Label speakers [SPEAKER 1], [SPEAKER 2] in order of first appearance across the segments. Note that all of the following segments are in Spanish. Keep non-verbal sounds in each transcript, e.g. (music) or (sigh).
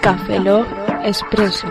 [SPEAKER 1] Café Log Expreso.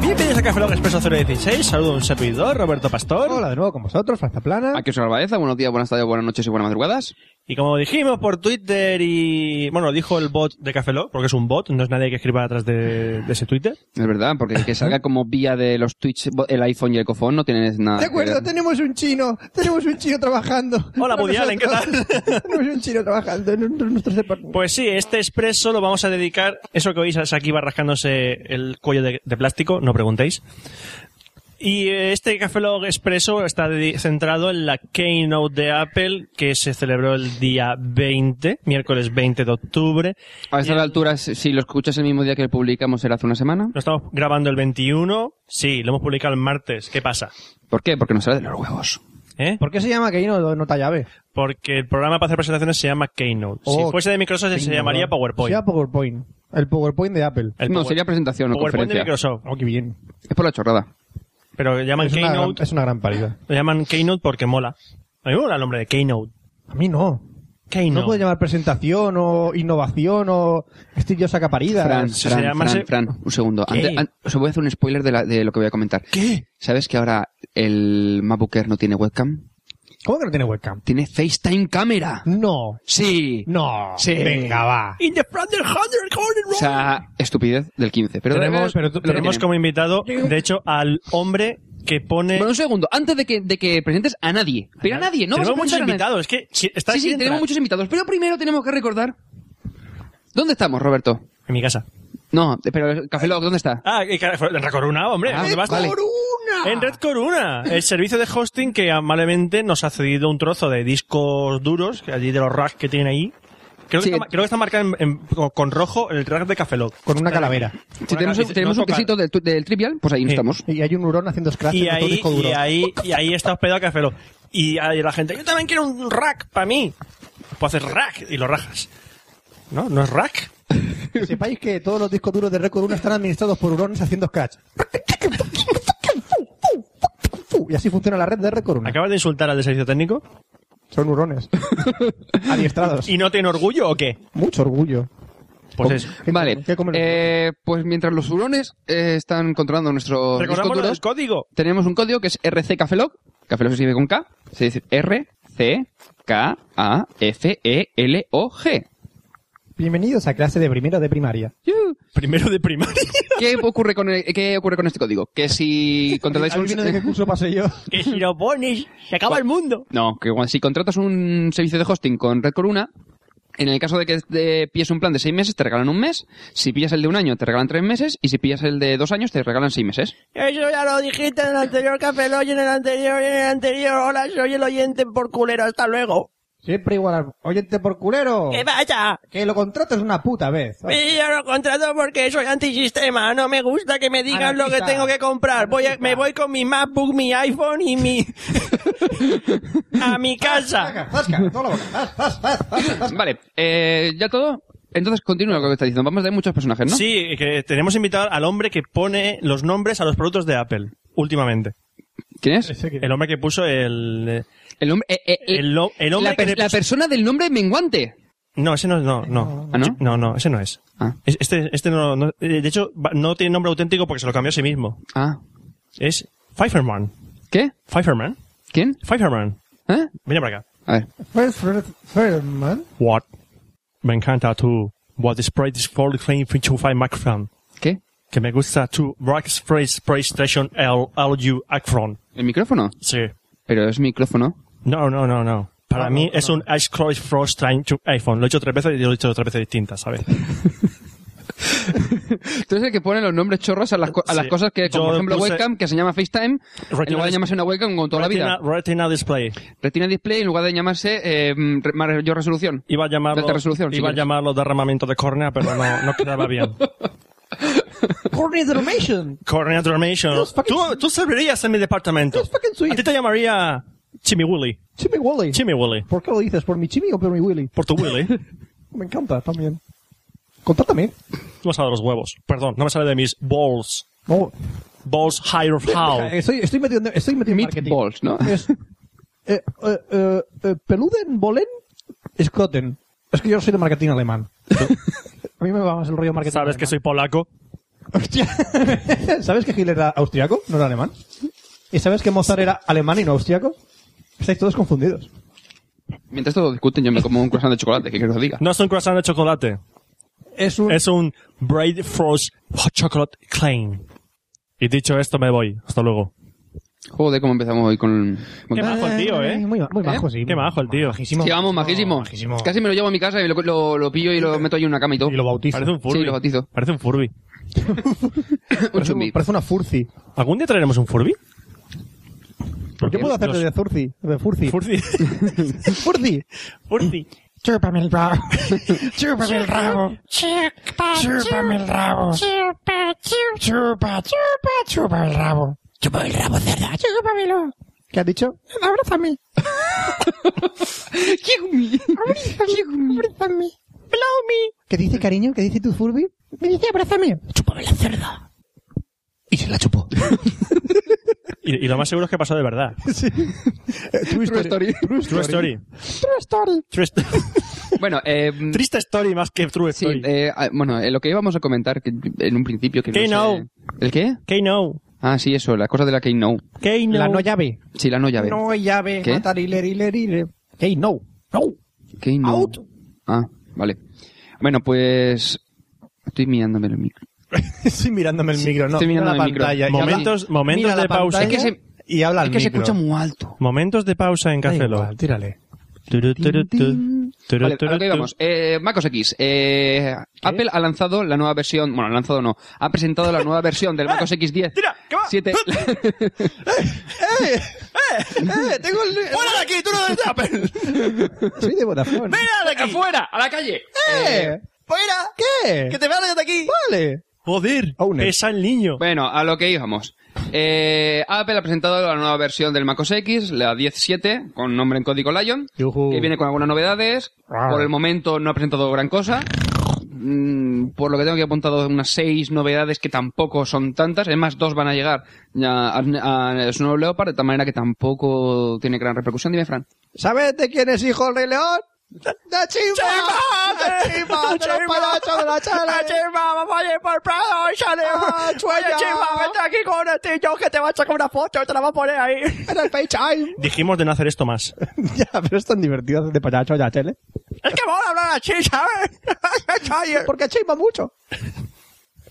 [SPEAKER 2] Bienvenidos a Café Log Expreso 016. Saludo a un servidor, Roberto Pastor.
[SPEAKER 3] Hola de nuevo con vosotros, Franza Plana.
[SPEAKER 4] Aquí os Albaeza, buenos días, buenas tardes, buenas noches y buenas madrugadas.
[SPEAKER 2] Y como dijimos por Twitter y... Bueno, dijo el bot de Café Lock, porque es un bot, no es nadie que escriba atrás de, de ese Twitter.
[SPEAKER 4] Es verdad, porque
[SPEAKER 2] (laughs)
[SPEAKER 4] que salga como vía de los Twitch bo- el iPhone y el cofón no tienes nada.
[SPEAKER 3] De
[SPEAKER 4] que
[SPEAKER 3] acuerdo,
[SPEAKER 4] ver.
[SPEAKER 3] tenemos un chino, tenemos un chino trabajando.
[SPEAKER 2] Hola,
[SPEAKER 3] Con
[SPEAKER 2] Woody Allen, ¿qué
[SPEAKER 3] nosotros. (laughs) tenemos un chino trabajando en un- en nuestros departamentos.
[SPEAKER 2] Pues sí, este expreso lo vamos a dedicar... Eso que oís es aquí barrascándose el cuello de, de plástico, no preguntéis. Y eh, este Café Log Expreso está dedi- centrado en la Keynote de Apple, que se celebró el día 20, miércoles 20 de octubre.
[SPEAKER 4] A estas alturas, si lo escuchas el mismo día que lo publicamos, era hace una semana.
[SPEAKER 2] Lo estamos grabando el 21. Sí, lo hemos publicado el martes. ¿Qué pasa?
[SPEAKER 4] ¿Por qué? Porque nos sale de los huevos.
[SPEAKER 2] ¿Eh?
[SPEAKER 3] ¿Por qué se llama que ahí no, no llave?
[SPEAKER 2] Porque el programa para hacer presentaciones se llama Keynote. si
[SPEAKER 3] Oh,
[SPEAKER 2] fuese de Microsoft se llamaría PowerPoint.
[SPEAKER 3] Se llama PowerPoint. El PowerPoint de Apple.
[SPEAKER 2] El
[SPEAKER 4] no,
[SPEAKER 2] Power-
[SPEAKER 4] sería presentación o
[SPEAKER 2] PowerPoint de
[SPEAKER 4] conferencia.
[SPEAKER 2] Microsoft.
[SPEAKER 3] Oh, qué bien.
[SPEAKER 4] Es por la chorrada.
[SPEAKER 2] Pero llaman
[SPEAKER 3] Es una, gran,
[SPEAKER 2] Keynote,
[SPEAKER 3] es una gran parida.
[SPEAKER 2] lo llaman Keynote porque mola. A mí me mola el nombre de Keynote.
[SPEAKER 3] A mí no.
[SPEAKER 2] Keynote.
[SPEAKER 3] No puede llamar presentación o innovación o Steve Jobs saca paridas.
[SPEAKER 4] Fran,
[SPEAKER 2] si se
[SPEAKER 4] Fran,
[SPEAKER 2] llamase-
[SPEAKER 4] Fran, Fran, un segundo.
[SPEAKER 2] ¿Qué?
[SPEAKER 4] Antes- an- os voy a hacer un spoiler de, la- de lo que voy a comentar.
[SPEAKER 2] ¿Qué?
[SPEAKER 4] ¿Sabes que ahora el MacBook Air no tiene webcam?
[SPEAKER 3] ¿Cómo que no tiene webcam?
[SPEAKER 4] Tiene FaceTime cámara.
[SPEAKER 3] No.
[SPEAKER 4] Sí.
[SPEAKER 3] No.
[SPEAKER 4] Sí.
[SPEAKER 3] Venga, va.
[SPEAKER 2] In the front of the hundred corner,
[SPEAKER 4] O sea, estupidez del 15. Pero
[SPEAKER 2] tenemos,
[SPEAKER 3] pero tú-
[SPEAKER 4] lo que
[SPEAKER 2] tenemos
[SPEAKER 4] tienen.
[SPEAKER 2] como invitado, de hecho, al hombre que pone... Ah,
[SPEAKER 4] Bueno, un segundo, antes de que, de que presentes a nadie. Pero a nadie, no vas a
[SPEAKER 2] tenemos muchos
[SPEAKER 4] presentar a
[SPEAKER 2] invitados.
[SPEAKER 4] nadie.
[SPEAKER 2] Es que si- está
[SPEAKER 4] Sí, sí,
[SPEAKER 2] sin
[SPEAKER 4] tenemos
[SPEAKER 2] entrar.
[SPEAKER 4] muchos invitados. Pero primero tenemos que recordar. ¿Dónde estamos, Roberto?
[SPEAKER 2] En mi casa.
[SPEAKER 4] No, pero Café Lock, ¿dónde está?
[SPEAKER 2] Ah, y cara- en Red Corona, hombre.
[SPEAKER 4] Ah,
[SPEAKER 2] ¿dónde vas tú?
[SPEAKER 4] vale.
[SPEAKER 2] En Red Corona, el servicio de hosting que amablemente nos ha cedido un trozo de discos duros, que allí de los racks que tienen ahí. Creo que,
[SPEAKER 4] Sí.
[SPEAKER 2] está, ma- creo que está marcado en- en- con con rojo el rack de Café Lock.
[SPEAKER 3] Con una calavera.
[SPEAKER 4] Si tenemos,
[SPEAKER 2] Bueno,
[SPEAKER 4] tenemos
[SPEAKER 2] no
[SPEAKER 4] un quesito del, tu- del Trivial, pues ahí no
[SPEAKER 2] Sí.
[SPEAKER 4] estamos.
[SPEAKER 3] Y hay un hurón haciendo scratch
[SPEAKER 2] Y
[SPEAKER 3] en nuestro
[SPEAKER 2] ahí,
[SPEAKER 3] disco duro.
[SPEAKER 2] y ahí, y ahí está hospedado Café Lock. Y ahí la gente, yo también quiero un rack para mí. Pues haces rack y lo rajas. ¿No? ¿No es rack?
[SPEAKER 3] Que sepáis que todos los discos duros de Record 1 están administrados por hurones haciendo scratch. Y así funciona la red de Record 1.
[SPEAKER 2] ¿Acabas de insultar al de servicio técnico?
[SPEAKER 3] Son hurones. Adiestrados.
[SPEAKER 2] ¿Y no tiene orgullo o qué?
[SPEAKER 3] Mucho orgullo.
[SPEAKER 2] Pues eso.
[SPEAKER 3] ¿Qué-
[SPEAKER 4] Vale,
[SPEAKER 3] qué comen-
[SPEAKER 4] eh, pues mientras los hurones eh, están controlando nuestros discos
[SPEAKER 2] Recordamos
[SPEAKER 4] duros,
[SPEAKER 2] el código.
[SPEAKER 4] tenemos un código que es RC Café Lock. Café Lock se escribe con K. Se dice R, C, K, A, F, E, L, O, G.
[SPEAKER 3] Bienvenidos a clase de primero de primaria.
[SPEAKER 4] ¡Yuhu!
[SPEAKER 2] Primero de primaria. (laughs)
[SPEAKER 4] ¿Qué ocurre con, el- qué ocurre con este código? Que si contratáis un...
[SPEAKER 3] ¿Alguien sabe de qué curso pasé yo?
[SPEAKER 2] que si lo pones, se acaba el mundo.
[SPEAKER 4] No, que cuando- si contratas un servicio de hosting con Red Corona, en el caso de que te pilles un plan de seis meses, te regalan un mes. Si pillas el de un año, te regalan tres meses. Y si pillas el de dos años, te regalan seis meses.
[SPEAKER 2] Eso ya lo dijiste en el anterior Café Lock y en el anterior y en el anterior. Hola, soy el oyente por culero. Hasta luego.
[SPEAKER 3] (laughs) Siempre igual. al- Oyente por
[SPEAKER 4] Oh.
[SPEAKER 3] culero.
[SPEAKER 2] ¡Que vaya!
[SPEAKER 3] Que lo contratas una puta vez.
[SPEAKER 2] Y yo lo contrato porque soy antisistema. No me gusta que me digan lo que
[SPEAKER 3] Anarquista.
[SPEAKER 2] tengo que comprar. Voy a- me voy con mi MacBook, mi iPhone y mi... (laughs) a mi casa.
[SPEAKER 3] Zasca, zasca, toda la boca. Zas, (laughs) zas, zas, zas, zas.
[SPEAKER 4] Vale, eh, ¿ya todo? Entonces continúa con lo que está diciendo. Vamos a tener muchos personajes, ¿no?
[SPEAKER 2] Sí, que tenemos invitado al hombre que pone los nombres a los productos de Apple últimamente.
[SPEAKER 4] ¿Quién es?
[SPEAKER 3] Ese que-
[SPEAKER 2] El hombre que puso el...
[SPEAKER 4] El nombre... eh, eh, eh,
[SPEAKER 2] El, lo- el hombre
[SPEAKER 4] la,
[SPEAKER 2] que
[SPEAKER 4] per-
[SPEAKER 2] le
[SPEAKER 4] la
[SPEAKER 2] puso-
[SPEAKER 4] persona del nombre menguante.
[SPEAKER 2] No, ese no es, no, no.
[SPEAKER 4] ¿Ah, no?
[SPEAKER 2] No, no, ese no es.
[SPEAKER 4] Ah.
[SPEAKER 2] Es- Este, este no, no- eh, de hecho, va- no tiene nombre auténtico porque se lo cambió a sí mismo.
[SPEAKER 4] Ah,
[SPEAKER 2] Es Pfeifferman.
[SPEAKER 4] ¿qué?
[SPEAKER 2] Pfeifferman.
[SPEAKER 4] ¿Quién?
[SPEAKER 2] Pfeifferman.
[SPEAKER 4] ¿Eh?
[SPEAKER 2] Mira para acá.
[SPEAKER 4] A ver.
[SPEAKER 3] Fer- Fer- Ferman.
[SPEAKER 2] What? Me encanta tu. What is spray is for the clean feature five microphone.
[SPEAKER 4] ¿Qué?
[SPEAKER 2] Que me gusta tu Rock Spray Spray Station L, LU Acron.
[SPEAKER 4] ¿El micrófono?
[SPEAKER 2] Sí.
[SPEAKER 4] Pero es micrófono.
[SPEAKER 2] No, no, no, no. Para mí es un Ice Cross Frost Train to iPhone. Lo he hecho tres veces y lo he hecho tres veces distintas, ¿sabes?
[SPEAKER 4] (laughs) Tú eres el que pone los nombres chorros a las, co- a las
[SPEAKER 2] Sí.
[SPEAKER 4] cosas que, como
[SPEAKER 2] Yo
[SPEAKER 4] por ejemplo,
[SPEAKER 2] puse-
[SPEAKER 4] webcam, que se llama FaceTime, en
[SPEAKER 2] Retina
[SPEAKER 4] lugar de
[SPEAKER 2] dis-
[SPEAKER 4] llamarse una webcam con toda la
[SPEAKER 2] Retina,
[SPEAKER 4] vida.
[SPEAKER 2] Retina Display.
[SPEAKER 4] Retina Display, en lugar de llamarse eh, re- mayor resolución.
[SPEAKER 2] Iba a llamarlo,
[SPEAKER 4] Alta resolución, si
[SPEAKER 2] iba a
[SPEAKER 4] quieres.
[SPEAKER 2] llamarlo derramamiento de córnea, pero no, no quedaba bien.
[SPEAKER 3] Corny Dermation.
[SPEAKER 2] Cornea Dermation.
[SPEAKER 3] Dios, fucking-
[SPEAKER 2] Tú, tú servirías en mi departamento.
[SPEAKER 3] Dios, fucking sweet.
[SPEAKER 2] A ti te llamaría Chimmy Willy.
[SPEAKER 3] Chimmy Wally.
[SPEAKER 2] Chimmy Willy.
[SPEAKER 3] ¿Por qué lo dices? ¿Por mi Chimmy o por mi Willy?
[SPEAKER 2] Por tu Willy.
[SPEAKER 3] Me encanta también. Contátame.
[SPEAKER 2] Tú me sales de los huevos. Perdón, no me sale de mis balls.
[SPEAKER 3] No,
[SPEAKER 2] Balls High of
[SPEAKER 3] (laughs)
[SPEAKER 2] How.
[SPEAKER 3] Estoy, estoy metido en, estoy metido en marketing.
[SPEAKER 4] Meatballs, ¿no?
[SPEAKER 3] Es, eh, eh, eh, eh, peluden, volen, escroten. Es que yo soy de marketing alemán. A mí me va más el rollo marketing
[SPEAKER 2] Sabes que soy polaco.
[SPEAKER 3] Hostia. (laughs) ¿Sabes que Hitler era austriaco? No era alemán. ¿Y sabes que Mozart era alemán y no austriaco? Estáis todos confundidos.
[SPEAKER 4] Mientras todos discuten, yo me como un croissant de chocolate, ¿qué quiero que os diga?
[SPEAKER 2] No es un croissant de chocolate.
[SPEAKER 3] Es un...
[SPEAKER 2] Es un Braid Frost Hot Chocolate Klein. Y dicho esto, me voy. Hasta luego.
[SPEAKER 4] Joder, cómo empezamos hoy con... con-
[SPEAKER 2] Qué majo el tío, ¿eh?
[SPEAKER 3] Muy, ma- muy
[SPEAKER 4] ¿Eh?
[SPEAKER 3] majo, sí.
[SPEAKER 2] Qué majo el tío.
[SPEAKER 3] Majísimo.
[SPEAKER 4] Sí, vamos, majísimo. Casi me lo llevo a mi casa y lo, lo- lo pillo y lo meto ahí en una cama y todo.
[SPEAKER 3] Y lo bautizo.
[SPEAKER 2] Parece un Furby.
[SPEAKER 4] Sí, lo bautizo.
[SPEAKER 2] Parece un Furby.
[SPEAKER 4] (laughs) Un
[SPEAKER 3] Parece,
[SPEAKER 4] chumbi.
[SPEAKER 3] parece una furci.
[SPEAKER 2] ¿Algún día traeremos un Furby?
[SPEAKER 3] Yo puedo hacer
[SPEAKER 2] Los-
[SPEAKER 3] de furci. De furci.
[SPEAKER 2] Furby.
[SPEAKER 3] (laughs) Furci.
[SPEAKER 2] Furby.
[SPEAKER 3] Chúpame
[SPEAKER 5] (laughs)
[SPEAKER 3] el rabo. Chúpame el rabo.
[SPEAKER 5] Chupa,
[SPEAKER 3] Chúpame el rabo.
[SPEAKER 5] chupa, chupa,
[SPEAKER 3] Chupa, chupa, chupa el rabo.
[SPEAKER 5] chupa el rabo, cerda. Chúpamelo.
[SPEAKER 3] ¿Qué has dicho?
[SPEAKER 5] Abrázame. Abrázame. Abrázame. Blow me.
[SPEAKER 3] ¿Qué dice, cariño? ¿Qué dice tu furby?
[SPEAKER 5] Me dice abrázame. Chúpame la cerda.
[SPEAKER 3] Y se la chupó.
[SPEAKER 2] (laughs) Y, y lo más seguro es que pasó de verdad.
[SPEAKER 4] (laughs)
[SPEAKER 3] True
[SPEAKER 4] story.
[SPEAKER 2] (laughs) True
[SPEAKER 5] True
[SPEAKER 2] story.
[SPEAKER 5] story.
[SPEAKER 2] True sto-
[SPEAKER 4] Bueno, eh,
[SPEAKER 2] (laughs) Triste story más que true
[SPEAKER 4] sí,
[SPEAKER 2] story.
[SPEAKER 4] eh, ah, bueno, eh, lo que íbamos a comentar que en un principio que
[SPEAKER 2] Que no.
[SPEAKER 4] no, sé- ¿El qué?
[SPEAKER 2] K-No.
[SPEAKER 4] Ah, sí, eso, la cosa de la que no.
[SPEAKER 2] K-No.
[SPEAKER 3] La no llave.
[SPEAKER 4] Sí, la no llave.
[SPEAKER 3] No llave.
[SPEAKER 4] ¿Qué?
[SPEAKER 3] Eh, Matar, hiler, hiler, hiler. Hey, no. No.
[SPEAKER 4] Que no.
[SPEAKER 3] Out.
[SPEAKER 4] Ah, vale. Bueno, pues estoy mirándome el micro.
[SPEAKER 3] (laughs) Estoy mirándome el micro, no.
[SPEAKER 4] estoy
[SPEAKER 3] mira
[SPEAKER 4] mirando
[SPEAKER 3] la
[SPEAKER 4] el micro.
[SPEAKER 3] pantalla. y
[SPEAKER 2] Momentos-
[SPEAKER 3] habla-
[SPEAKER 2] momentos
[SPEAKER 3] mira la
[SPEAKER 2] de pausa.
[SPEAKER 3] pantalla
[SPEAKER 4] Es que se-
[SPEAKER 3] y habla
[SPEAKER 4] es
[SPEAKER 3] al
[SPEAKER 4] que se
[SPEAKER 3] micro.
[SPEAKER 4] escucha muy alto.
[SPEAKER 2] Momentos de pausa en
[SPEAKER 3] Da
[SPEAKER 2] Café Lock.
[SPEAKER 3] igual, Tírale.
[SPEAKER 2] Turu, turu, tu, turu,
[SPEAKER 4] Vale, a
[SPEAKER 2] turu,
[SPEAKER 4] lo
[SPEAKER 2] tu.
[SPEAKER 4] que íbamos. Eh, MacOS X. Eh, Apple ha lanzado la nueva versión. Bueno, ha lanzado no. Ha presentado la nueva
[SPEAKER 3] (laughs)
[SPEAKER 4] versión del MacOS X 10.
[SPEAKER 2] Tira, que va.
[SPEAKER 4] 7.
[SPEAKER 3] ¡Eh! Tengo el...
[SPEAKER 2] ¡Fuera de aquí! ¡Tú no eres de Apple!
[SPEAKER 3] (laughs) Soy de Vodafone.
[SPEAKER 2] ¡Fuera de aquí!
[SPEAKER 4] ¡Fuera! ¡A la calle!
[SPEAKER 3] ¡Eh! ¡Fuera! ¿Qué?
[SPEAKER 4] Eh.
[SPEAKER 2] te vayas de aquí!
[SPEAKER 3] Vale.
[SPEAKER 2] ¡Joder!
[SPEAKER 3] Owner.
[SPEAKER 2] ¡Pesa el niño!
[SPEAKER 4] Bueno, a lo que íbamos. Eh, Apple ha presentado la nueva versión del macOS X, la 10.7, con nombre en código Lion,
[SPEAKER 3] Yujú.
[SPEAKER 4] que viene con algunas novedades.
[SPEAKER 3] Rar.
[SPEAKER 4] Por el momento no ha presentado gran cosa. Mm, Por lo que tengo aquí apuntado unas seis novedades que tampoco son tantas. Además, dos van a llegar a, a- a Snow Leopard, de tal manera que tampoco tiene gran repercusión. Dime, Fran.
[SPEAKER 3] ¿Sabes de quién es hijo el Rey León? ¡De Chimba! ¡De Chimba! ¡De los palachos de la chale!
[SPEAKER 5] Chimba, vamos a ir por Prado, chale.
[SPEAKER 3] ¡Ah, chuella!
[SPEAKER 5] aquí con el tío que te va a sacar una foto y te la va a poner ahí.
[SPEAKER 3] ¡En el FaceTime!
[SPEAKER 2] Dijimos de no hacer esto
[SPEAKER 4] (laughs)
[SPEAKER 2] más.
[SPEAKER 3] (laughs) ya, pero es tan divertido hacer de payacho ya, Chele.
[SPEAKER 5] Es que vamos a hablar así, (laughs) ¿sabes?
[SPEAKER 3] Porque Chimba mucho.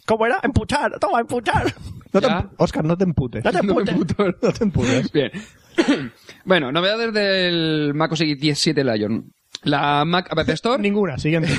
[SPEAKER 5] ¿Cómo era? Empuchar. Toma, empuchar.
[SPEAKER 3] No te
[SPEAKER 4] Ya.
[SPEAKER 3] empu- Oscar, (laughs) no te emputes.
[SPEAKER 5] No te
[SPEAKER 4] (laughs) No me
[SPEAKER 5] emputes.
[SPEAKER 4] puto-
[SPEAKER 3] No
[SPEAKER 5] (laughs)
[SPEAKER 3] te emputes.
[SPEAKER 4] Bien. (coughs) bueno, novedades del macOS X 17 Lion. La Mac
[SPEAKER 3] (laughs)
[SPEAKER 4] App Store.
[SPEAKER 3] Ninguna, siguiente.
[SPEAKER 4] (laughs)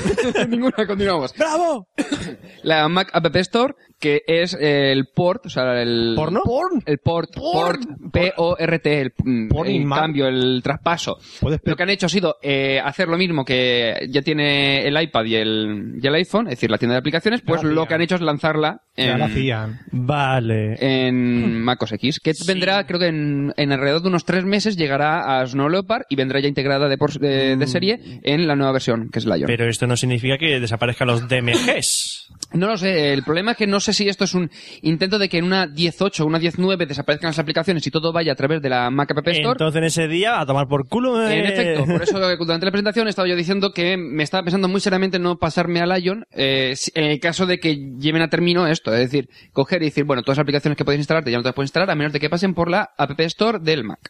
[SPEAKER 4] Ninguna, continuamos.
[SPEAKER 3] ¡Bravo!
[SPEAKER 4] (coughs) La Mac App Store, que es el port, o sea, el...
[SPEAKER 3] ¿Porno? Porn.
[SPEAKER 4] El port, port,
[SPEAKER 3] Porn.
[SPEAKER 4] P-O-R-T, el, mm,
[SPEAKER 3] Porn
[SPEAKER 4] el
[SPEAKER 3] in Mac.
[SPEAKER 4] cambio, el traspaso.
[SPEAKER 3] Puedes pe-
[SPEAKER 4] Lo que han hecho ha sido eh, hacer lo mismo que ya tiene el iPad y el, y el iPhone, es decir, la tienda de aplicaciones, pues
[SPEAKER 3] la
[SPEAKER 4] lo
[SPEAKER 3] hacían.
[SPEAKER 4] que han hecho es lanzarla
[SPEAKER 3] Ya la Hmm.
[SPEAKER 4] en,
[SPEAKER 3] hacían.
[SPEAKER 4] Eh,
[SPEAKER 2] Vale.
[SPEAKER 4] en macOS X, que vendrá, creo que en, en alrededor de unos tres meses llegará a Snow Leopard y vendrá ya integrada de, por- de,
[SPEAKER 3] Hmm.
[SPEAKER 4] de serie en la nueva versión, que es Lion.
[SPEAKER 2] Pero esto no significa que desaparezcan los DMGs.
[SPEAKER 4] No lo sé, el problema es que no sé si esto es un intento de que en una 18 o una 19 desaparezcan las aplicaciones y todo vaya a través de la Mac App Store.
[SPEAKER 2] Entonces en ese día, a tomar por culo... eh.
[SPEAKER 4] En efecto, por eso que durante la presentación estaba yo diciendo que me estaba pensando muy seriamente en no pasarme a Lion eh, si- en el caso de que lleven a término esto, es decir, coger y decir, bueno, todas las aplicaciones que podéis instalarte ya no te las puedes instalar a menos de que pasen por la App Store del Mac.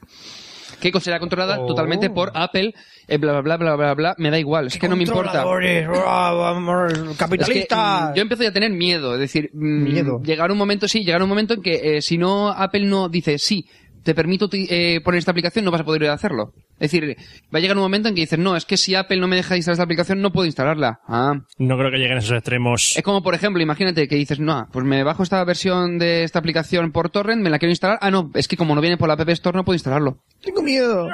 [SPEAKER 4] Que será controlada
[SPEAKER 3] Oh.
[SPEAKER 4] totalmente por Apple, eh, bla, bla, bla, bla, bla, bla, me da igual, es que no me importa.
[SPEAKER 3] Controladores, bravo, amor,
[SPEAKER 4] Es que,
[SPEAKER 3] capitalistas.
[SPEAKER 4] mm, yo empiezo ya a tener miedo, es decir, mm,
[SPEAKER 3] Miedo.
[SPEAKER 4] llegar un momento, sí, llegar un momento en que eh, si no Apple no dice, sí, te permito uti- eh, poner esta aplicación, no vas a poder hacerlo. Es decir, va a llegar un momento en que dices, no, es que si Apple no me deja instalar esta aplicación, no puedo instalarla. Ah.
[SPEAKER 2] No creo que lleguen a esos extremos.
[SPEAKER 4] Es como, por ejemplo, imagínate que dices, no, pues me bajo esta versión de esta aplicación por torrent, me la quiero instalar. Ah, no, es que como no viene por la App Store, no puedo instalarlo. Eh,
[SPEAKER 3] Tengo miedo.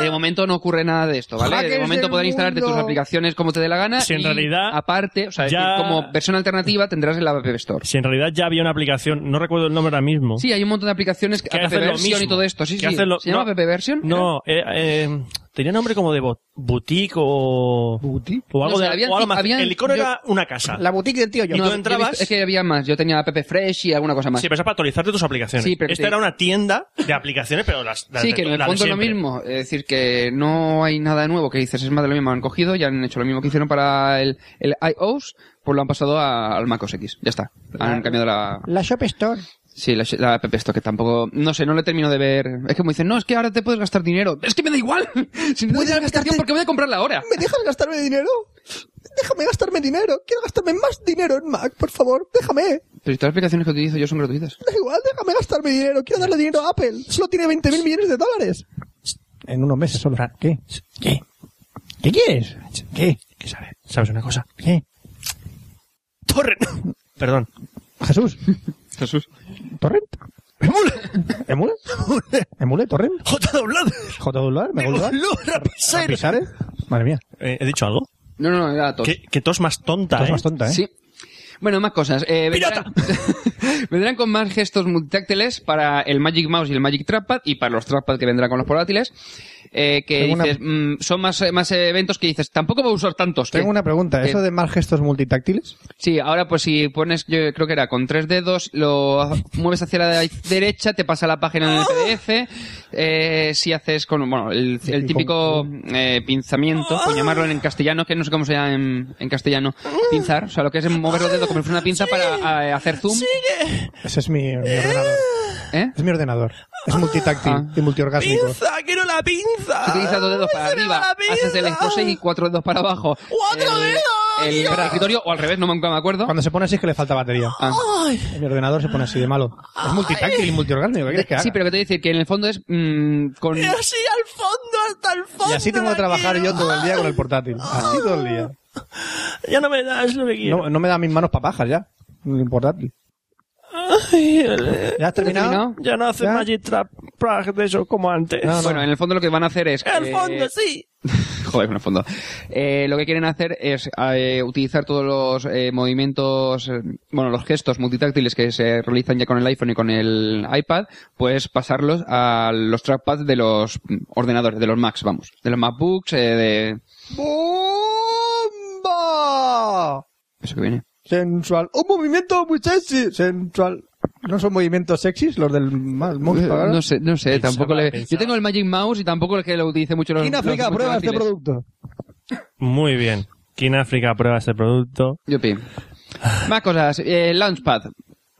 [SPEAKER 4] De momento no ocurre nada de esto, ¿vale?
[SPEAKER 3] Hackers
[SPEAKER 4] De momento
[SPEAKER 3] del
[SPEAKER 4] podrás instalarte tus
[SPEAKER 3] mundo.
[SPEAKER 4] aplicaciones como te dé la gana.
[SPEAKER 2] Si en
[SPEAKER 4] y
[SPEAKER 2] realidad
[SPEAKER 4] Aparte, o sea, es
[SPEAKER 2] ya-
[SPEAKER 4] decir, como versión alternativa tendrás el App Store.
[SPEAKER 2] Si en realidad ya había una aplicación, no recuerdo el nombre ahora mismo.
[SPEAKER 4] Sí, hay un montón de aplicaciones que
[SPEAKER 2] que
[SPEAKER 4] app
[SPEAKER 2] hacen lo
[SPEAKER 4] version
[SPEAKER 2] mismo.
[SPEAKER 4] y todo esto. Sí,
[SPEAKER 2] Que
[SPEAKER 4] sí.
[SPEAKER 2] hacen lo-
[SPEAKER 4] ¿Se llama
[SPEAKER 2] no,
[SPEAKER 4] app version?
[SPEAKER 2] No, eh, eh, Tenía nombre como de bo- boutique o...
[SPEAKER 3] Boutique.
[SPEAKER 2] O algo
[SPEAKER 4] No sé,
[SPEAKER 2] de...
[SPEAKER 4] habían
[SPEAKER 2] o algo
[SPEAKER 4] ci-
[SPEAKER 2] más.
[SPEAKER 4] habían-
[SPEAKER 2] el licor
[SPEAKER 4] yo-
[SPEAKER 2] era una casa.
[SPEAKER 5] La boutique del tío yo.
[SPEAKER 2] Y
[SPEAKER 4] No,
[SPEAKER 2] tú
[SPEAKER 4] yo he
[SPEAKER 2] entrabas-
[SPEAKER 4] visto- es que había más. Yo tenía App Fresh y alguna cosa más.
[SPEAKER 2] Sí, pero eso para actualizarte tus aplicaciones.
[SPEAKER 4] Sí, pero
[SPEAKER 2] Esta
[SPEAKER 4] te-
[SPEAKER 2] era una tienda de aplicaciones, pero las, las
[SPEAKER 4] Sí,
[SPEAKER 2] de-
[SPEAKER 4] que en el
[SPEAKER 2] las de
[SPEAKER 4] fondo es lo
[SPEAKER 2] siempre. (laughs)
[SPEAKER 4] mismo. Es decir, que no hay nada nuevo que dices, es más de lo mismo. Han cogido y han hecho lo mismo que hicieron para el, el iOS, pues lo han pasado a- al macOS X. Ya está. Han cambiado la,
[SPEAKER 5] La Shop Store.
[SPEAKER 4] sí, la, la app esto, que tampoco, no sé, no le termino de ver. Es que me dicen, no, es que ahora te puedes gastar dinero. Es que me da igual. (laughs) Si no te
[SPEAKER 5] Puedes
[SPEAKER 4] gastar
[SPEAKER 5] gastarte-
[SPEAKER 4] dinero, ¿por qué voy a comprarla ahora?
[SPEAKER 5] ¿Me dejas gastarme dinero? Déjame gastarme dinero. Quiero gastarme más dinero en Mac, por favor. Déjame.
[SPEAKER 4] Pero si todas las aplicaciones que utilizo yo son gratuitas.
[SPEAKER 5] Da igual, déjame gastarme dinero. Quiero darle dinero a Apple. Solo tiene 20 mil millones de dólares.
[SPEAKER 3] En unos meses solo. ¿Qué? ¿Qué? ¿Qué quieres? ¿Qué?
[SPEAKER 2] ¿Qué sabes? ¿Sabes una cosa?
[SPEAKER 3] ¿Qué?
[SPEAKER 2] Torre.
[SPEAKER 3] (coughs)
[SPEAKER 2] Perdón.
[SPEAKER 3] Jesús.
[SPEAKER 4] Jesús.
[SPEAKER 3] ¿Torrent? (laughs) ¿Emule? ¿Emule? ¿Emule? ¿Torrent?
[SPEAKER 2] JW.
[SPEAKER 3] ¿JWR? ¿Me ¿Pisares? Madre mía.
[SPEAKER 2] Eh, ¿He dicho algo?
[SPEAKER 4] No, no, no, era todo.
[SPEAKER 2] ¿Qué, qué tos más tonta,
[SPEAKER 3] Estás
[SPEAKER 2] ¿eh?
[SPEAKER 3] más tonta, ¿eh?
[SPEAKER 4] Sí. Bueno, más cosas. Eh, vendrán, (laughs) vendrán con más gestos multitáctiles para el Magic Mouse y el Magic Trackpad y para los Trackpad que vendrán con los portátiles. eh, que
[SPEAKER 3] Tengo una-
[SPEAKER 4] dices, mm, son más, eh, más eventos que dices, tampoco voy a usar tantos. ¿eh?
[SPEAKER 3] Tengo
[SPEAKER 4] ¿Qué?
[SPEAKER 3] una pregunta.
[SPEAKER 4] ¿Qué?
[SPEAKER 3] ¿Eso de más gestos multitáctiles?
[SPEAKER 4] Sí, ahora pues si pones, yo creo que era con tres dedos, lo mueves hacia la derecha, te pasa la página en
[SPEAKER 5] ¡Oh!
[SPEAKER 4] el PDF. Eh, si haces con, bueno, el, el típico eh, pinzamiento,
[SPEAKER 5] ¡Oh!
[SPEAKER 4] por llamarlo en castellano, que no sé cómo se llama en, en castellano, pinzar, o sea, lo que es mover los dedos como si fuera una pinza para eh, hacer zoom.
[SPEAKER 3] Ese es mi, mi ordenador.
[SPEAKER 4] ¿eh?
[SPEAKER 3] Es mi ordenador. Es multitáctil
[SPEAKER 4] Ah.
[SPEAKER 3] y multiorgásmico.
[SPEAKER 5] ¡Quiero la pinza!
[SPEAKER 4] Utiliza dos dedos para
[SPEAKER 5] ¡Se Ah, me va
[SPEAKER 4] arriba,
[SPEAKER 5] la
[SPEAKER 4] haces el
[SPEAKER 5] pinza!
[SPEAKER 4] expose y cuatro dedos para abajo.
[SPEAKER 5] ¡Cuatro
[SPEAKER 4] El-
[SPEAKER 5] dedos,
[SPEAKER 4] El
[SPEAKER 5] Dios!
[SPEAKER 4] escritorio, o al revés, no nunca me acuerdo.
[SPEAKER 3] Cuando se pone así es que le falta batería.
[SPEAKER 4] Ah.
[SPEAKER 5] Ay,
[SPEAKER 3] Mi ordenador se pone así de malo. Es multitáctil y multiorgásmico. ¿Qué quieres que haga?
[SPEAKER 4] Sí, pero que te dice que en el fondo es mm, con...
[SPEAKER 5] y así al fondo, hasta el fondo.
[SPEAKER 3] Y así tengo que
[SPEAKER 5] la
[SPEAKER 3] trabajar
[SPEAKER 5] quiero.
[SPEAKER 3] yo todo el día con el portátil. Así todo el día.
[SPEAKER 2] Ya no me das lo que quiero.
[SPEAKER 3] No, no me da mis manos papajas ya. El portátil.
[SPEAKER 2] Ay, el-
[SPEAKER 3] ¿Ya has terminado?
[SPEAKER 4] terminado?
[SPEAKER 2] ya no hace
[SPEAKER 3] ¿Ya?
[SPEAKER 2] Magic Trap Prague de eso como antes.
[SPEAKER 3] No, no.
[SPEAKER 4] Bueno, en el fondo lo que van a hacer es...
[SPEAKER 3] (laughs)
[SPEAKER 2] El
[SPEAKER 4] eh,
[SPEAKER 2] fondo, sí.
[SPEAKER 4] Joder, con el fondo. Eh, lo que quieren hacer es eh, utilizar todos los eh, movimientos, eh, bueno, los gestos multitáctiles que se realizan ya con el iPhone y con el iPad, pues pasarlos a los trackpads de los mm, ordenadores, de los Macs, vamos, de los MacBooks, eh, de...
[SPEAKER 3] ¡Bomba!
[SPEAKER 4] Eso que viene.
[SPEAKER 3] Sensual. Un movimiento muy sexy. Sensual. ¿No son movimientos sexys los del ma-
[SPEAKER 4] Eh,
[SPEAKER 3] mouse para ahora?
[SPEAKER 4] No sé, no sé,
[SPEAKER 2] Pensaba,
[SPEAKER 4] tampoco le... Yo
[SPEAKER 2] pensaba.
[SPEAKER 4] tengo el Magic Mouse y tampoco es que lo utilice mucho los...
[SPEAKER 3] ¿Quién
[SPEAKER 4] los
[SPEAKER 3] aplica prueba este
[SPEAKER 4] portátiles.
[SPEAKER 3] producto?
[SPEAKER 2] Muy bien. Kináfrica prueba este producto.
[SPEAKER 4] Yupi. Más cosas. Eh, Launchpad,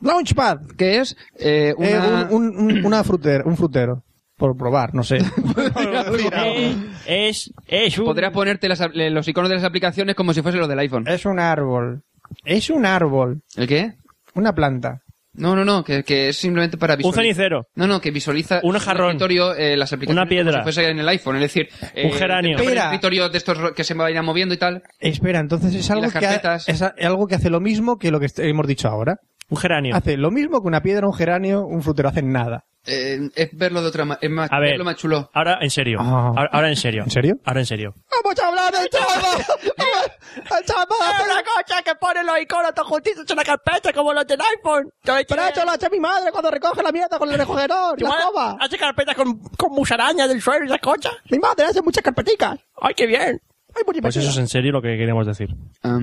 [SPEAKER 3] Launchpad.
[SPEAKER 4] que es eh, una...
[SPEAKER 3] Eh, un, un, un- una frutero, un frutero. Por probar, no
[SPEAKER 4] (laughs)
[SPEAKER 3] sé. (laughs)
[SPEAKER 2] es, es un...
[SPEAKER 4] Podrías ponerte las- los iconos de las aplicaciones como si fuesen los del iPhone.
[SPEAKER 3] es un árbol. Es un árbol.
[SPEAKER 4] ¿El qué?
[SPEAKER 3] Una planta.
[SPEAKER 4] No, no, no, que, que es simplemente para
[SPEAKER 2] un
[SPEAKER 4] visualizar.
[SPEAKER 2] cenicero.
[SPEAKER 4] No, no, que visualiza
[SPEAKER 2] Un
[SPEAKER 4] en el
[SPEAKER 2] jarrón.
[SPEAKER 4] escritorio eh, las aplicaciones
[SPEAKER 2] Una piedra.
[SPEAKER 4] como si fuese en el iPhone, es decir, eh,
[SPEAKER 2] geranio.
[SPEAKER 4] te pone el
[SPEAKER 3] Espera.
[SPEAKER 4] escritorio de estos ro- que se vayan moviendo y tal.
[SPEAKER 3] Espera, entonces es algo,
[SPEAKER 4] las
[SPEAKER 3] que ha-
[SPEAKER 4] carpetas.
[SPEAKER 3] es a- algo que hace lo mismo que lo que est- hemos dicho ahora.
[SPEAKER 2] Un geranio.
[SPEAKER 3] Hace lo mismo que una piedra, un geranio, un frutero. Hacen nada.
[SPEAKER 4] Eh, es verlo de otra manera, es más,
[SPEAKER 2] A ver.
[SPEAKER 4] verlo más chulo.
[SPEAKER 2] Ahora en serio.
[SPEAKER 3] Ah.
[SPEAKER 2] Ahora, ahora en serio.
[SPEAKER 3] ¿En serio?
[SPEAKER 2] Ahora en serio.
[SPEAKER 5] ¡Vamos a hablar del chavo! ¡El chavo hace una cosa que pone los iconos todos juntitos en una carpeta como los del iPhone!
[SPEAKER 3] Pero
[SPEAKER 5] ¡Pero
[SPEAKER 3] eso lo hace mi madre cuando recoge la mierda con el recogedor. la escoba.
[SPEAKER 5] Hace carpetas con, con musarañas del suelo y esas cosas. Mi madre hace muchas carpeticas. ¡Ay, qué bien! ¡Ay, muy
[SPEAKER 2] Pues eso es en serio lo que queremos decir.
[SPEAKER 4] Ah,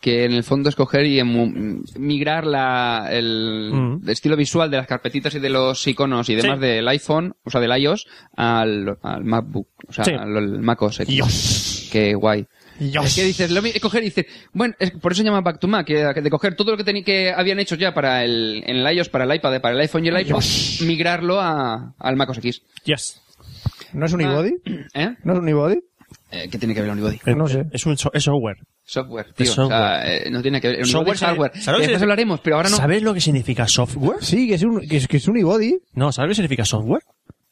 [SPEAKER 4] que en el fondo es coger y emu- migrar la, el
[SPEAKER 2] Mm.
[SPEAKER 4] estilo visual de las carpetitas y de los iconos y demás
[SPEAKER 2] Sí.
[SPEAKER 4] del iPhone, o sea, del iOS, al, al MacBook, o sea,
[SPEAKER 2] Sí.
[SPEAKER 4] al, al Mac OS. X.
[SPEAKER 3] Dios.
[SPEAKER 4] Qué guay.
[SPEAKER 3] Dios.
[SPEAKER 4] Es que dices, lo mi- es coger y dices, bueno, es, por eso llama Back to Mac, que, que de coger todo lo que, teni- que habían hecho ya para el, en el iOS, para el iPad, para el iPhone y el iPod, migrarlo a, al Mac OS X.
[SPEAKER 2] Yes.
[SPEAKER 3] ¿No es un iBody?
[SPEAKER 4] ¿Eh?
[SPEAKER 3] ¿No es un iBody?
[SPEAKER 4] Eh, ¿Qué tiene que ver el unibody?
[SPEAKER 3] No sé.
[SPEAKER 2] Es un so- es software.
[SPEAKER 4] Software, tío.
[SPEAKER 2] Es software.
[SPEAKER 4] O sea, eh, no tiene que ver. El
[SPEAKER 2] Software
[SPEAKER 4] unibody es
[SPEAKER 2] se-
[SPEAKER 4] hardware.
[SPEAKER 2] ¿sabes
[SPEAKER 4] Que
[SPEAKER 2] lo que
[SPEAKER 4] Después
[SPEAKER 2] se-
[SPEAKER 4] hablaremos, pero ahora no.
[SPEAKER 2] ¿Sabes lo que significa software?
[SPEAKER 3] Sí, que es un, que es, que es un iBody.
[SPEAKER 2] No, ¿sabes lo que significa software?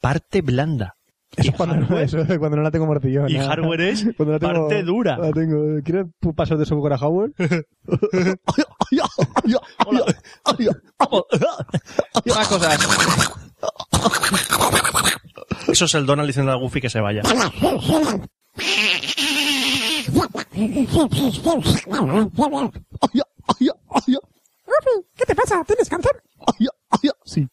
[SPEAKER 2] Parte blanda.
[SPEAKER 3] Eso es cuando, no- eso es cuando no la tengo martillona.
[SPEAKER 2] Y hardware es
[SPEAKER 3] (laughs) Cuando la tengo-
[SPEAKER 2] parte dura.
[SPEAKER 3] La tengo. ¿Quieres pu- pasar de software
[SPEAKER 2] (laughs)
[SPEAKER 3] a hardware?
[SPEAKER 4] Más cosas.
[SPEAKER 2] (laughs) Eso es el Donald diciendo a Goofy que se vaya.
[SPEAKER 5] ¿Qué te pasa? ¿Tienes cáncer?
[SPEAKER 3] Sí.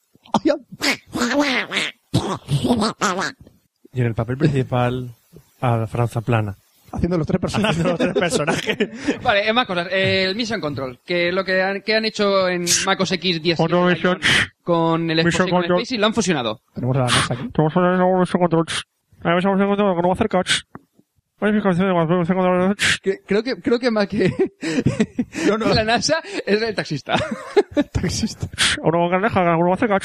[SPEAKER 2] Y en el papel principal a Franza (laughs) Plana.
[SPEAKER 3] Haciendo los tres
[SPEAKER 2] (laughs)
[SPEAKER 3] personajes.
[SPEAKER 2] Hablando de los tres personajes.
[SPEAKER 4] Vale, eh, más cosas. Eh, el Mission Control, que es lo que han, que han hecho en MacOS X 10
[SPEAKER 6] Otro Mission.
[SPEAKER 4] con el Xbox
[SPEAKER 6] Mission
[SPEAKER 4] y con el
[SPEAKER 6] Control.
[SPEAKER 4] Space y lo han fusionado.
[SPEAKER 3] Tenemos a la mesa aquí.
[SPEAKER 6] Tenemos una nueva versión control. A ver, vamos a encontrar con nueva cerca. Modificación de la versión control.
[SPEAKER 4] Que- Creo que, creo que más que (laughs) la NASA es el taxista.
[SPEAKER 3] Taxista.
[SPEAKER 6] Una con granja, una nueva cerca.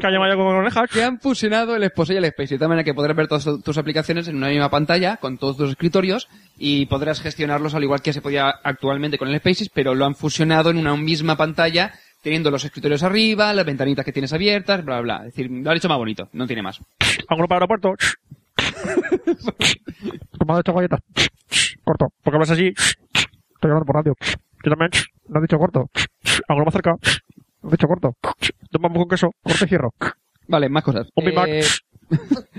[SPEAKER 6] Calle Maya con granja.
[SPEAKER 4] que han fusionado el Expose y el Space, de tal manera que podrás ver todas tu- tus aplicaciones en una misma pantalla, con todos tus escritorios, y podrás gestionarlos al igual que se podía actualmente con el Spaces, pero lo han fusionado en una misma pantalla, teniendo los escritorios arriba, las ventanitas que tienes abiertas, bla, bla. bla. Es decir, lo han hecho más bonito, no tiene más.
[SPEAKER 6] Alguno para aeropuerto. (laughs) Tomado esta galleta. Corto. Porque hablas así. Estoy hablando por radio. Yo también. No has dicho corto. Alguno más cerca. No has dicho corto. Toma con queso. Corto y cierro.
[SPEAKER 4] Vale, más cosas. Eh,
[SPEAKER 6] Un Big Mac.
[SPEAKER 4] (laughs)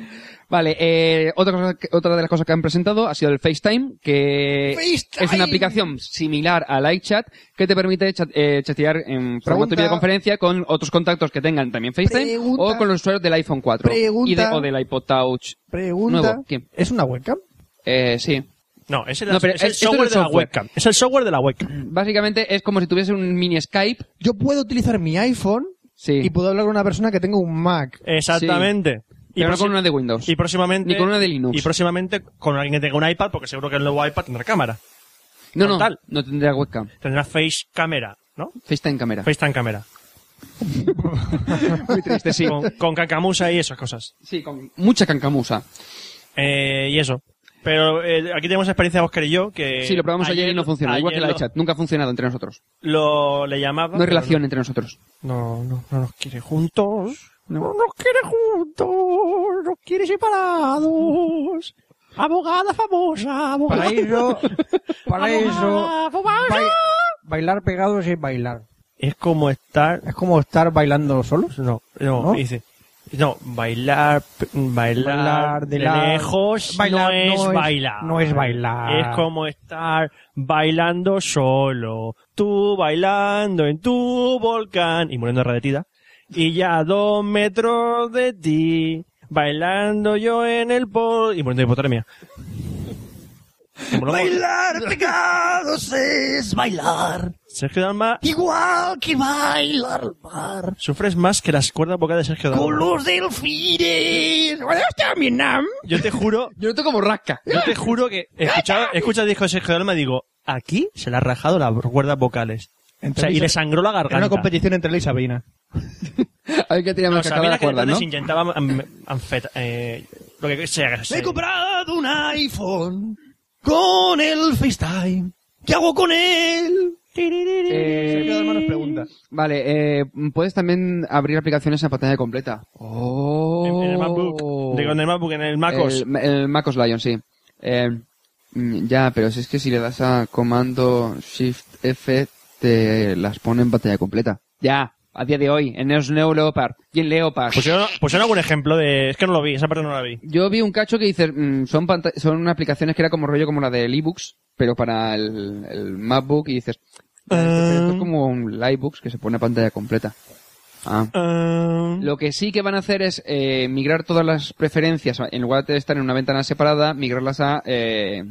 [SPEAKER 4] vale, eh, otra, cosa que- otra de las cosas que han presentado ha sido el FaceTime, que es una aplicación similar al iChat que te permite chat- eh, chatear en formato
[SPEAKER 5] Pregunta.
[SPEAKER 4] de videoconferencia con otros contactos que tengan también FaceTime
[SPEAKER 5] Pregunta.
[SPEAKER 4] o con los usuarios del iPhone 4
[SPEAKER 5] Pregunta.
[SPEAKER 4] y de- o del iPod Touch.
[SPEAKER 5] Pregunta.
[SPEAKER 4] Nuevo, ¿quién?
[SPEAKER 3] ¿Es una webcam?
[SPEAKER 4] Eh, sí.
[SPEAKER 2] No, es el,
[SPEAKER 4] No, pero
[SPEAKER 2] es el
[SPEAKER 4] es- esto es
[SPEAKER 2] software
[SPEAKER 4] el
[SPEAKER 2] de la
[SPEAKER 4] software.
[SPEAKER 2] webcam. Es el software de la webcam.
[SPEAKER 4] Básicamente es como si tuviese un mini Skype.
[SPEAKER 3] Yo puedo utilizar mi iPhone
[SPEAKER 4] Sí.
[SPEAKER 3] y puedo hablar con una persona que tenga un Mac.
[SPEAKER 2] Exactamente. Y
[SPEAKER 4] pero no
[SPEAKER 2] prosi-
[SPEAKER 4] con una de Windows.
[SPEAKER 2] Y próximamente.
[SPEAKER 4] Ni con una de Linux.
[SPEAKER 2] Y próximamente con alguien que tenga un iPad, porque seguro que el nuevo iPad tendrá cámara.
[SPEAKER 4] no, no,
[SPEAKER 2] Total.
[SPEAKER 4] no tendría webcam.
[SPEAKER 2] Tendrá Face Camera, ¿no?
[SPEAKER 4] FaceTime cámara.
[SPEAKER 2] FaceTime Camera.
[SPEAKER 4] Muy triste, Este sí.
[SPEAKER 2] Con, con cacamusa y esas cosas.
[SPEAKER 4] (laughs) Sí, con mucha cancamusa.
[SPEAKER 2] Eh, y eso. Pero eh, aquí tenemos experiencia Oscar y yo que...
[SPEAKER 4] sí, lo probamos ayer, y no funciona. igual que
[SPEAKER 2] Eh, ayer Ah,
[SPEAKER 4] la de
[SPEAKER 2] lo-
[SPEAKER 4] chat. Nunca ha funcionado entre nosotros.
[SPEAKER 2] Lo, le llamaba...
[SPEAKER 4] No hay
[SPEAKER 2] pero
[SPEAKER 4] relación entre nosotros.
[SPEAKER 2] No, no, no nos quiere juntos.
[SPEAKER 4] No.
[SPEAKER 2] nos quiere juntos. Nos quiere separados. Abogada famosa. Abogada.
[SPEAKER 7] Paraíso, paraíso,
[SPEAKER 2] abogada.
[SPEAKER 7] bai- bailar pegados es bailar.
[SPEAKER 2] Es como estar...
[SPEAKER 7] Es como estar bailando solos.
[SPEAKER 2] No, no,
[SPEAKER 7] ¿No?
[SPEAKER 2] dice... No, bailar, p- bailar,
[SPEAKER 7] Bailar de la-
[SPEAKER 2] lejos
[SPEAKER 7] Bailar
[SPEAKER 2] no, es bailar.
[SPEAKER 7] No es bailar.
[SPEAKER 2] Es como estar bailando solo, tú bailando en tu volcán y muriendo de derretida. Y ya a dos metros de ti, bailando yo en el pol y muriendo de hipotermia. Bailar pegados es bailar. Sergio Dalma. Igual que bailar Sufres más que las cuerdas vocales de Sergio Dalma. Yo te juro
[SPEAKER 4] Yo noto como (laughs) rasca.
[SPEAKER 2] yo te juro que escuchaba, escucha el disco de Sergio Dalma y digo, aquí se le ha rajado las cuerdas vocales. O sea, y le sangró la
[SPEAKER 3] Era una
[SPEAKER 2] garganta.
[SPEAKER 3] competición entre él y Sabina.
[SPEAKER 4] A ver qué tenía
[SPEAKER 2] No,
[SPEAKER 4] más cacada
[SPEAKER 2] Sabina
[SPEAKER 4] la
[SPEAKER 2] que
[SPEAKER 4] cuerda, ¿no?
[SPEAKER 2] entonces inyectaba am- anfeta- eh, lo que sea. que sea.
[SPEAKER 3] comprado un iPhone con el FaceTime. ¿Qué hago con él? Sergio Dalma nos pregunta.
[SPEAKER 4] Vale, eh, puedes también abrir aplicaciones en pantalla completa. Oh.
[SPEAKER 2] En, en el MacBook. Digo, en el MacBook, en el MacOS.
[SPEAKER 4] El, el MacOS Lion, sí. Eh, mm, ya, pero si es que si le das a comando Shift F, te las pone en pantalla completa. Ya, a día de hoy, en Neos Neo Leopard y en Leopard.
[SPEAKER 2] Pusieron, pusieron algún ejemplo de... Es que no lo vi, esa parte no la vi.
[SPEAKER 4] Yo vi un cacho que dices, mm, son, panta- son aplicaciones que era como rollo como la del ebooks, pero para el, el MacBook y dices, pero esto es como un Livebooks que se pone a pantalla completa. Ah. Lo que sí que van a hacer es eh, migrar todas las preferencias, en lugar de estar en una ventana separada, migrarlas a eh,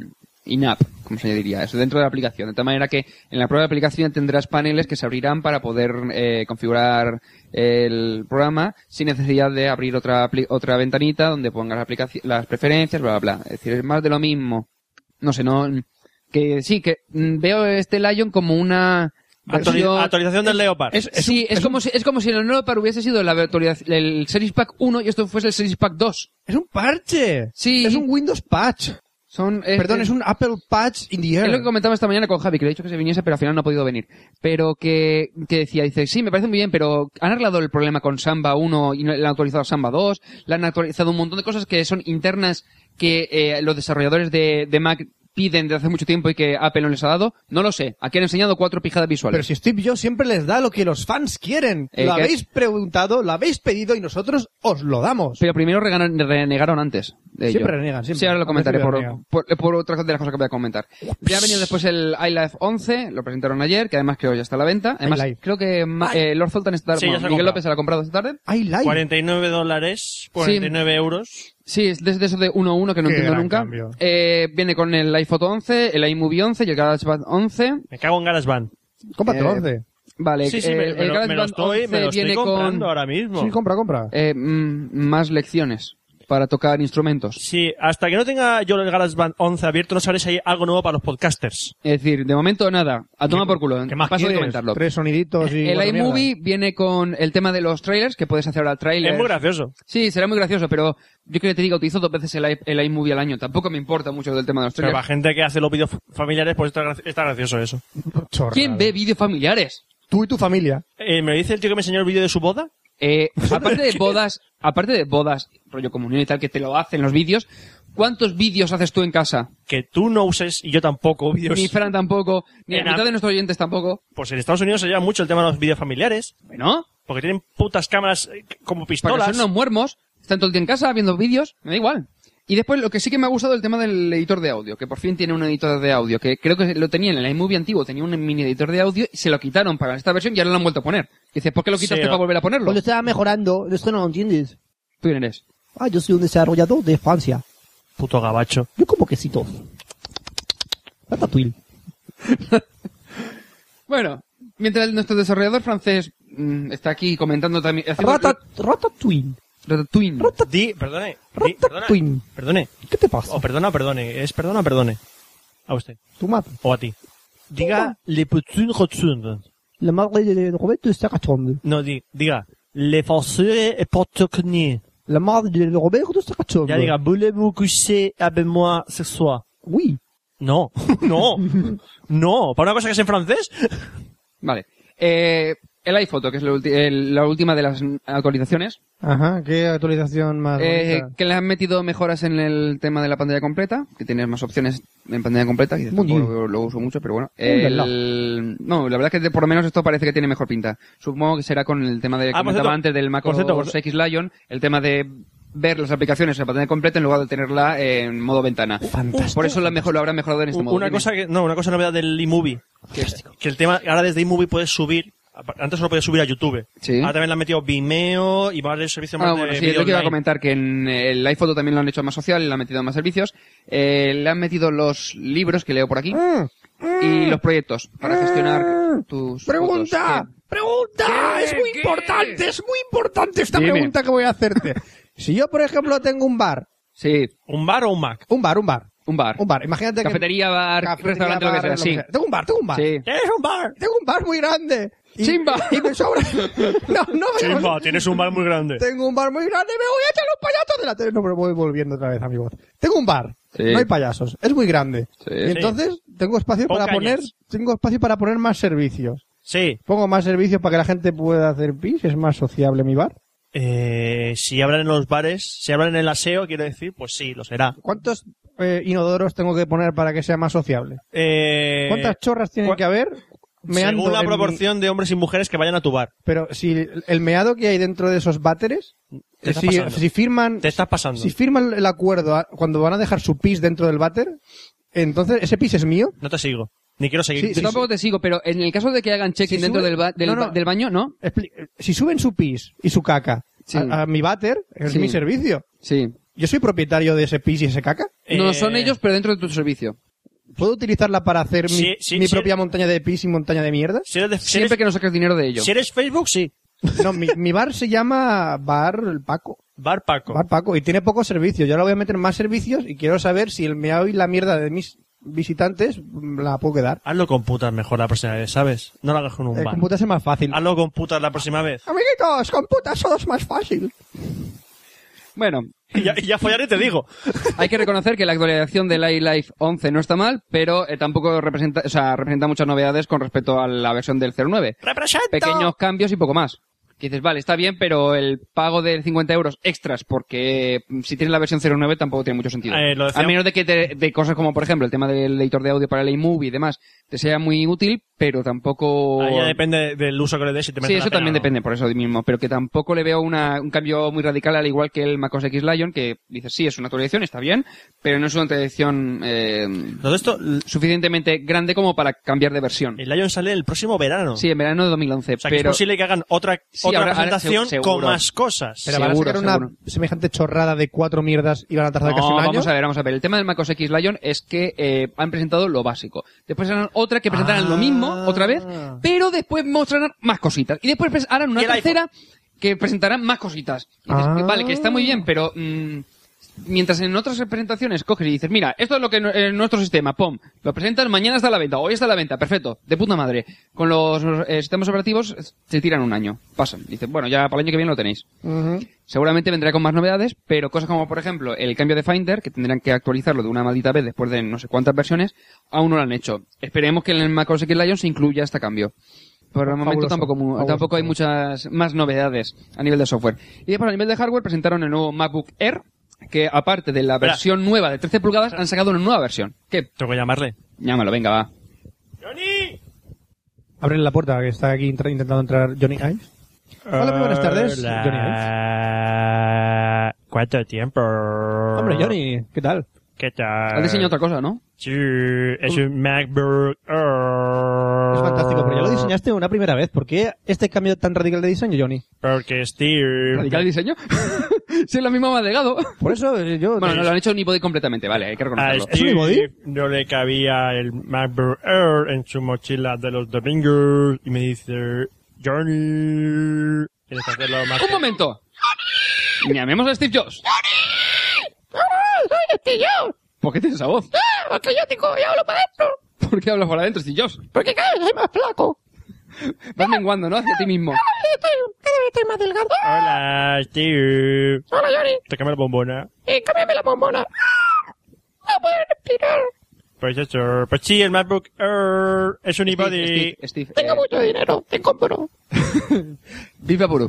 [SPEAKER 4] in-app, como se diría, eso dentro de la aplicación. De tal manera que en la propia aplicación tendrás paneles que se abrirán para poder eh, configurar el programa sin necesidad de abrir otra, apli- otra ventanita donde pongas la aplicaci- las preferencias, bla, bla, bla. Es decir, es más de lo mismo. No sé, no... Que sí, que mm, veo este Lion como una...
[SPEAKER 2] Actuali-
[SPEAKER 4] versión-
[SPEAKER 2] actualización del Leopard.
[SPEAKER 4] sí, es, como si, es como si en el Leopard hubiese sido la virtualidad- el Series Pack 1 y esto fuese el Series Pack 2.
[SPEAKER 3] Es un parche.
[SPEAKER 4] Sí.
[SPEAKER 3] Es un Windows patch.
[SPEAKER 4] Son, eh,
[SPEAKER 3] Perdón,
[SPEAKER 4] eh,
[SPEAKER 3] es un Apple patch in the air.
[SPEAKER 4] es lo que comentaba esta mañana con Javi, que le he dicho que se viniese, pero al final no ha podido venir. Pero que, que decía, dice, sí, me parece muy bien, pero han arreglado el problema con Samba 1 y no- le han actualizado a Samba 2, le han actualizado un montón de cosas que son internas que eh, los desarrolladores de, de Mac piden desde hace mucho tiempo y que Apple no les ha dado. No lo sé. Aquí han enseñado cuatro pijadas
[SPEAKER 3] Pero
[SPEAKER 4] visuales.
[SPEAKER 3] si Steve Jobs siempre les da lo que los fans quieren.
[SPEAKER 4] Eh,
[SPEAKER 3] lo
[SPEAKER 4] ¿qué?
[SPEAKER 3] habéis preguntado, lo habéis pedido y nosotros os lo damos.
[SPEAKER 4] Pero primero regaron- renegaron antes. de
[SPEAKER 3] Siempre
[SPEAKER 4] ello.
[SPEAKER 3] renegan, siempre.
[SPEAKER 4] Sí, ahora lo
[SPEAKER 3] Al
[SPEAKER 4] comentaré
[SPEAKER 3] principio
[SPEAKER 4] por,
[SPEAKER 3] renegan.
[SPEAKER 4] por, por otra de las cosas que voy a comentar. Ya ha venido después el iLife 11, lo presentaron ayer, que además creo ya está a la venta. Además,
[SPEAKER 3] iLife.
[SPEAKER 4] creo que ma- eh, Lord Fulton está,
[SPEAKER 2] Sí, ya se ha
[SPEAKER 4] Miguel
[SPEAKER 2] comprado.
[SPEAKER 4] López se la ha comprado esta tarde.
[SPEAKER 3] Hay live.
[SPEAKER 2] 49 dólares, 49 euros.
[SPEAKER 4] Sí, es desde eso de 1.1 que no
[SPEAKER 6] Qué
[SPEAKER 4] entiendo
[SPEAKER 6] gran
[SPEAKER 4] nunca.
[SPEAKER 6] cambio.
[SPEAKER 4] Eh, viene con el iPhoto 11, el iMovie 11 y el GarageBand 11.
[SPEAKER 2] Me cago en GarageBand.
[SPEAKER 3] Cómprate
[SPEAKER 4] Eh,
[SPEAKER 3] 11.
[SPEAKER 4] Vale,
[SPEAKER 2] Sí, sí,
[SPEAKER 4] eh,
[SPEAKER 2] me, me
[SPEAKER 4] el
[SPEAKER 2] lo, me lo
[SPEAKER 4] GarageBand
[SPEAKER 2] estoy, me
[SPEAKER 4] 11
[SPEAKER 2] lo estoy
[SPEAKER 4] viene
[SPEAKER 2] comprando
[SPEAKER 4] con
[SPEAKER 2] ahora mismo.
[SPEAKER 3] Sí, compra, compra.
[SPEAKER 4] eh, mm, más lecciones para tocar instrumentos.
[SPEAKER 2] Sí, hasta que no tenga yo el GarageBand 11 abierto, no sabré si hay algo nuevo para los podcasters.
[SPEAKER 4] Es decir, de momento nada, a tomar por culo.
[SPEAKER 3] ¿Qué más
[SPEAKER 4] Paso de
[SPEAKER 3] quieres?
[SPEAKER 4] comentarlo.
[SPEAKER 3] Tres soniditos y...
[SPEAKER 4] Eh, El
[SPEAKER 3] cuatro
[SPEAKER 4] iMovie
[SPEAKER 3] mierdas.
[SPEAKER 4] viene con el tema de los trailers, que puedes hacer ahora trailers.
[SPEAKER 2] Es muy gracioso.
[SPEAKER 4] Sí, será muy gracioso, pero yo creo que te digo, utilizo dos veces el, i- el iMovie al año. Tampoco me importa mucho del tema de los
[SPEAKER 2] Pero
[SPEAKER 4] trailers.
[SPEAKER 2] para gente que hace los vídeos familiares, pues está, gra- está gracioso eso.
[SPEAKER 3] Chorrada.
[SPEAKER 4] ¿Quién ve vídeos familiares?
[SPEAKER 3] Tú y tu familia.
[SPEAKER 2] Eh, me lo dice el tío que me enseñó el vídeo de su boda. (laughs)
[SPEAKER 4] Eh,
[SPEAKER 2] Pues
[SPEAKER 4] aparte de bodas, aparte de bodas, rollo comunión y tal, que te lo hacen los vídeos, ¿cuántos vídeos haces tú en casa?
[SPEAKER 2] Que tú no uses y Pues yo tampoco vídeos.
[SPEAKER 4] Ni Fran tampoco, ni la
[SPEAKER 2] En
[SPEAKER 4] mitad
[SPEAKER 2] ab-
[SPEAKER 4] de nuestros oyentes tampoco.
[SPEAKER 2] Pues en Estados Unidos se lleva mucho el tema de los vídeos familiares.
[SPEAKER 4] Bueno,
[SPEAKER 2] Porque tienen putas cámaras eh, como
[SPEAKER 4] porque
[SPEAKER 2] pistolas.
[SPEAKER 4] son unos muermos, están todo el día en casa viendo vídeos, me da igual. Y después lo que sí que me ha gustado es el tema del editor de audio, que por fin tiene un editor de audio, que creo que lo tenía en el iMovie antiguo, tenía un mini editor de audio y se lo quitaron para esta versión y ahora lo han vuelto a poner. Y dices, ¿por qué lo quitaste
[SPEAKER 2] Sí,
[SPEAKER 4] para volver a ponerlo?
[SPEAKER 5] Cuando estaba mejorando, esto no lo entiendes.
[SPEAKER 4] ¿Tú quién eres?
[SPEAKER 5] Ah, yo soy un desarrollador de Francia.
[SPEAKER 2] Puto gabacho.
[SPEAKER 5] Yo como quesito. Ratatouille.
[SPEAKER 4] Bueno, mientras nuestro desarrollador francés mm, está aquí comentando también... haciendo-
[SPEAKER 5] Ratat, ratatouille.
[SPEAKER 4] Ratatouille.
[SPEAKER 2] Di, perdone. Di, perdone.
[SPEAKER 5] Ratatouille.
[SPEAKER 2] Perdone.
[SPEAKER 5] ¿Qué te
[SPEAKER 4] Oh.
[SPEAKER 5] pasa?
[SPEAKER 2] O perdona, perdone. Es perdona, perdone. A usted.
[SPEAKER 5] Tu madre.
[SPEAKER 2] O a ti. Diga le petit rotund.
[SPEAKER 5] La madre de Roberto está cachonda.
[SPEAKER 2] No, di, diga le français et potocni.
[SPEAKER 5] La madre de Roberto está cachonda.
[SPEAKER 2] Ya diga, voulez-vous coucher avec moi ce soir?
[SPEAKER 5] Oui.
[SPEAKER 2] No, (laughs) no, no. ¿Para una cosa que es en francés?
[SPEAKER 4] Vale. Eh, el iPhoto, que es la, ulti- el- la última de las actualizaciones,
[SPEAKER 3] Ajá, qué actualización más
[SPEAKER 4] eh,
[SPEAKER 3] bonita.
[SPEAKER 4] que le han metido mejoras en el tema de la pantalla completa, que tienes más opciones en pantalla completa, que
[SPEAKER 5] Muy
[SPEAKER 4] tampoco
[SPEAKER 5] bien.
[SPEAKER 4] lo, lo uso mucho, pero bueno.
[SPEAKER 5] Muy bien,
[SPEAKER 4] El- no, la verdad es que por lo menos esto parece que tiene mejor pinta. Supongo que será con el tema de
[SPEAKER 2] Ah, por
[SPEAKER 4] comentaba
[SPEAKER 2] cierto,
[SPEAKER 4] antes del Mac
[SPEAKER 2] por cierto, por
[SPEAKER 4] OS X Lion, el tema de ver las aplicaciones en pantalla completa en lugar de tenerla en modo ventana. Por eso lo, han mejor, lo habrán mejorado en este modo.
[SPEAKER 2] una
[SPEAKER 4] Dime.
[SPEAKER 2] cosa que, no, una cosa novedad del iMovie.
[SPEAKER 4] ¿Qué?
[SPEAKER 2] Que el tema, ahora desde iMovie puedes subir, antes solo podías subir a YouTube.
[SPEAKER 4] Sí.
[SPEAKER 2] Ahora también le han metido Vimeo y varios servicios
[SPEAKER 4] Ah,
[SPEAKER 2] más
[SPEAKER 4] bueno,
[SPEAKER 2] de
[SPEAKER 4] sí,
[SPEAKER 2] vídeo
[SPEAKER 4] yo te iba a
[SPEAKER 2] online.
[SPEAKER 4] comentar que en el iPhoto también lo han hecho más social, le han metido más servicios, eh, le han metido los libros que leo por aquí
[SPEAKER 5] Mm,
[SPEAKER 4] y los proyectos para gestionar tus
[SPEAKER 3] Pregunta,
[SPEAKER 4] fotos.
[SPEAKER 3] pregunta,
[SPEAKER 4] ¿Qué?
[SPEAKER 3] es muy
[SPEAKER 4] ¿Qué?
[SPEAKER 3] importante, es muy importante esta
[SPEAKER 4] Dime.
[SPEAKER 3] pregunta que voy a
[SPEAKER 4] (laughs)
[SPEAKER 3] hacerte. Si yo, por ejemplo, tengo un bar,
[SPEAKER 4] Sí,
[SPEAKER 2] ¿Un bar o un Mac?
[SPEAKER 3] un bar, un bar,
[SPEAKER 4] un bar.
[SPEAKER 3] un bar, imagínate que...
[SPEAKER 4] Cafetería, bar,
[SPEAKER 3] Cafetería,
[SPEAKER 4] restaurante, lo
[SPEAKER 3] bar,
[SPEAKER 4] que sea.
[SPEAKER 3] Tengo un bar, tengo un bar.
[SPEAKER 4] Sí. sí.
[SPEAKER 2] ¡Es un bar!
[SPEAKER 3] Tengo un bar muy grande. Y,
[SPEAKER 4] Chimba.
[SPEAKER 3] Y me
[SPEAKER 4] (laughs)
[SPEAKER 3] sobra... No, no, me
[SPEAKER 2] Chimba, tienes un bar muy grande.
[SPEAKER 3] Tengo un bar muy grande, me voy a echar los payasos de la tele. No, pero voy volviendo otra vez a mi voz. Tengo un bar,
[SPEAKER 4] Sí.
[SPEAKER 3] no hay payasos, es muy grande.
[SPEAKER 4] Sí.
[SPEAKER 3] Y entonces tengo espacio
[SPEAKER 2] Pon
[SPEAKER 3] para poner,
[SPEAKER 2] cañas.
[SPEAKER 3] tengo espacio para poner más servicios.
[SPEAKER 2] Sí.
[SPEAKER 3] Pongo más servicios para que la gente pueda hacer pis, es más sociable mi bar.
[SPEAKER 2] Eh, si hablan en los bares, si hablan en el aseo, quiero decir, pues sí, lo será.
[SPEAKER 3] ¿Cuántos eh, inodoros tengo que poner para que sea más sociable?
[SPEAKER 2] Eh,
[SPEAKER 3] ¿Cuántas chorras tienen
[SPEAKER 2] cua-
[SPEAKER 3] que haber? meando
[SPEAKER 2] según la
[SPEAKER 3] en mi-
[SPEAKER 2] proporción de hombres y mujeres que vayan a tu bar.
[SPEAKER 3] Pero si el- el meado que hay dentro de esos váteres,
[SPEAKER 2] Te
[SPEAKER 3] eh,
[SPEAKER 2] estás
[SPEAKER 3] si,
[SPEAKER 2] pasando.
[SPEAKER 3] si firman,
[SPEAKER 2] Te estás pasando.
[SPEAKER 3] si firman el acuerdo a- cuando van a dejar su pis dentro del váter, entonces ese pis es mío.
[SPEAKER 2] No te sigo. Ni quiero seguir.
[SPEAKER 3] Sí,
[SPEAKER 4] Yo tampoco te sigo, pero en el caso de que hagan check-in
[SPEAKER 3] Sí,
[SPEAKER 4] dentro
[SPEAKER 3] sube-
[SPEAKER 4] del, ba- del,
[SPEAKER 3] No, no.
[SPEAKER 4] ba- del baño, ¿no?
[SPEAKER 3] Expli- eh, Si suben su pis y su caca
[SPEAKER 4] Sí.
[SPEAKER 3] a, a mi váter, es
[SPEAKER 4] Sí.
[SPEAKER 3] mi servicio.
[SPEAKER 4] Sí.
[SPEAKER 3] Yo soy propietario de ese pis y ese caca.
[SPEAKER 4] No
[SPEAKER 2] Eh,
[SPEAKER 4] son ellos, pero dentro de tu servicio.
[SPEAKER 3] ¿Puedo utilizarla para hacer mi,
[SPEAKER 2] Sí, sí,
[SPEAKER 3] mi
[SPEAKER 2] sí.
[SPEAKER 3] propia montaña de pis y montaña de mierda?
[SPEAKER 2] Si eres, de- si
[SPEAKER 4] Siempre
[SPEAKER 2] eres-
[SPEAKER 4] que no saques dinero de ello.
[SPEAKER 2] si eres Facebook, sí.
[SPEAKER 3] No, mi, mi bar se llama Bar el Paco.
[SPEAKER 2] Bar Paco.
[SPEAKER 3] Bar Paco. Y tiene pocos servicios. Yo ahora voy a meter más servicios y quiero saber si el meao y la mierda de mis visitantes mm, la puedo quedar.
[SPEAKER 2] Hazlo con putas mejor la próxima vez, ¿sabes? No lo hagas con un
[SPEAKER 3] El
[SPEAKER 2] bar.
[SPEAKER 3] computas es más fácil.
[SPEAKER 2] Hazlo con putas la próxima vez.
[SPEAKER 3] Amiguitos, con putas todo es más fácil.
[SPEAKER 4] Bueno,
[SPEAKER 2] Y ya, y ya follaré te digo.
[SPEAKER 4] Hay que reconocer que la actualización del iLife 11 no está mal, pero eh, tampoco representa, o sea, representa muchas novedades con respecto a la versión del 09.
[SPEAKER 2] ¡Represento!
[SPEAKER 4] Pequeños cambios y poco más. Que dices, vale, está bien, pero el pago de 50 euros extras, porque mm, si tienes la versión 09 tampoco tiene mucho sentido.
[SPEAKER 2] Eh, lo decía-
[SPEAKER 4] A menos de que te- de cosas como, por ejemplo, el tema del editor de audio para el iMovie y demás, te sea muy útil, pero tampoco...
[SPEAKER 2] Ahí Ah, ya depende del uso que le des si te merece
[SPEAKER 4] Sí,
[SPEAKER 2] la
[SPEAKER 4] eso
[SPEAKER 2] pena
[SPEAKER 4] también
[SPEAKER 2] o no.
[SPEAKER 4] depende por eso mismo, pero que tampoco le veo una- un cambio muy radical al igual que el MacOS X Lion, que dice, sí, es una actualización, está bien, pero no es una actualización eh,
[SPEAKER 2] Todo esto, l-
[SPEAKER 4] suficientemente grande como para cambiar de versión.
[SPEAKER 2] el Lion sale el próximo verano.
[SPEAKER 4] Sí, en verano de 2011,
[SPEAKER 2] o sea, que
[SPEAKER 4] pero...
[SPEAKER 2] es posible que hagan otra,
[SPEAKER 4] Sí,
[SPEAKER 2] otra
[SPEAKER 4] ahora- ahora
[SPEAKER 2] presentación
[SPEAKER 4] se- seguro.
[SPEAKER 2] con más cosas.
[SPEAKER 4] Pero-
[SPEAKER 3] van a
[SPEAKER 4] Seguro,
[SPEAKER 3] sacar una
[SPEAKER 4] seguro.
[SPEAKER 3] semejante chorrada de cuatro mierdas y van a tardar casi
[SPEAKER 4] No,
[SPEAKER 3] un año.
[SPEAKER 4] vamos a ver, vamos a ver. El tema del MacOS X Lion es que eh, han presentado lo básico. Después harán otra que presentarán lo mismo
[SPEAKER 3] Ah.
[SPEAKER 4] otra vez, pero después mostrarán más cositas. Y después pres- harán una
[SPEAKER 2] Y el
[SPEAKER 4] tercera que presentarán más cositas. Y dices,
[SPEAKER 3] Ah.
[SPEAKER 4] Vale, que está muy bien, pero mm, mientras en otras presentaciones coges y dices, mira, esto es lo que no- en nuestro sistema, pum, lo presentan, mañana está a la venta, hoy está a la venta, perfecto, de puta madre. Con los eh, sistemas operativos eh, se tiran un año, pasan. Dicen, bueno, ya para el año que viene lo tenéis. Seguramente vendrá con más novedades, pero cosas como, por ejemplo, el cambio de Finder, que tendrán que actualizarlo de una maldita vez después de no sé cuántas versiones, aún no lo han hecho. Esperemos que en el macOS X Lion se incluya este cambio. Por el momento
[SPEAKER 3] Fabuloso,
[SPEAKER 4] tampoco, mu-
[SPEAKER 3] fabuloso,
[SPEAKER 4] tampoco hay
[SPEAKER 3] fabuloso.
[SPEAKER 4] muchas más novedades a nivel de software. Y después, a nivel de hardware, presentaron el nuevo MacBook Air, que aparte de la
[SPEAKER 2] Espera.
[SPEAKER 4] versión nueva de 13 pulgadas, han sacado una nueva versión. Que,
[SPEAKER 2] Tengo que llamarle.
[SPEAKER 4] llámalo, venga, va.
[SPEAKER 3] Abre la puerta, que está aquí intra- intentando entrar Johnny Ives. Hola, muy buenas tardes, Johnny Ives.
[SPEAKER 2] Hola. ¿Cuánto tiempo?
[SPEAKER 3] Hombre, Johnny, ¿qué tal?
[SPEAKER 2] ¿Qué tal?
[SPEAKER 4] Han diseñado otra cosa, ¿no?
[SPEAKER 2] Sí, es un MacBook Air.
[SPEAKER 3] Es fantástico, pero ya lo diseñaste una primera vez. ¿Por qué este cambio tan radical de diseño, Johnny?
[SPEAKER 2] Porque Steve...
[SPEAKER 4] ¿Radical diseño? (laughs) si es la misma delgado.
[SPEAKER 3] Por eso eh, yo...
[SPEAKER 4] Bueno, no lo han hecho ni body completamente, vale, hay que
[SPEAKER 2] A
[SPEAKER 4] reconocerlo.
[SPEAKER 3] ¿Es
[SPEAKER 2] Steve
[SPEAKER 3] un body?
[SPEAKER 2] no le cabía el MacBook Air en su mochila de los domingos y me dice, Johnny, tienes que hacerlo más...
[SPEAKER 4] ¡Un momento! Llamemos a Steve Jobs.
[SPEAKER 8] Steve Jobs,
[SPEAKER 4] ¿Por qué tienes esa voz?
[SPEAKER 8] porque ah, yo tengo, yo hablo para adentro,
[SPEAKER 4] ¿Por qué hablas por adentro, Steve Jobs?
[SPEAKER 8] porque cada vez soy más flaco,
[SPEAKER 4] Vas menguando, ¿no? Hacia ti mismo.
[SPEAKER 8] Ay, estoy- cada vez estoy más delgado.
[SPEAKER 2] Hola, Steve.
[SPEAKER 8] Hola Johnny,
[SPEAKER 2] Tócame la bombona.
[SPEAKER 8] eh, cámbiame la bombona. No puedo respirar,
[SPEAKER 2] Pues eso. Pues sí, el MacBook Air es un
[SPEAKER 4] Steve,
[SPEAKER 2] iBody.
[SPEAKER 4] Steve, Steve,
[SPEAKER 8] tengo
[SPEAKER 4] eh,
[SPEAKER 8] mucho dinero, te compro.
[SPEAKER 4] Viva por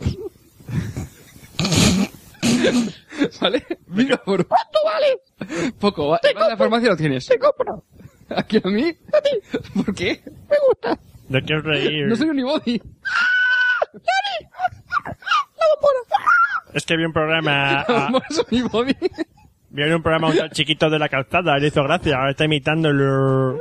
[SPEAKER 4] ¿Vale? Viva por
[SPEAKER 8] ¿Cuánto vale?
[SPEAKER 4] Poco. ¿va- ¿Vas a la farmacia lo tienes?
[SPEAKER 8] Te compro,
[SPEAKER 4] ¿Aquí a mí?
[SPEAKER 8] a ti,
[SPEAKER 4] ¿Por qué?
[SPEAKER 8] me gusta.
[SPEAKER 2] No quiero reír.
[SPEAKER 4] (laughs) No soy un body.
[SPEAKER 2] Es que vi un
[SPEAKER 4] (laughs)
[SPEAKER 2] programa... ah,
[SPEAKER 4] No soy un body.
[SPEAKER 2] vi en un programa un tal chiquito de la calzada. Le hizo gracia. Ahora está imitándolo.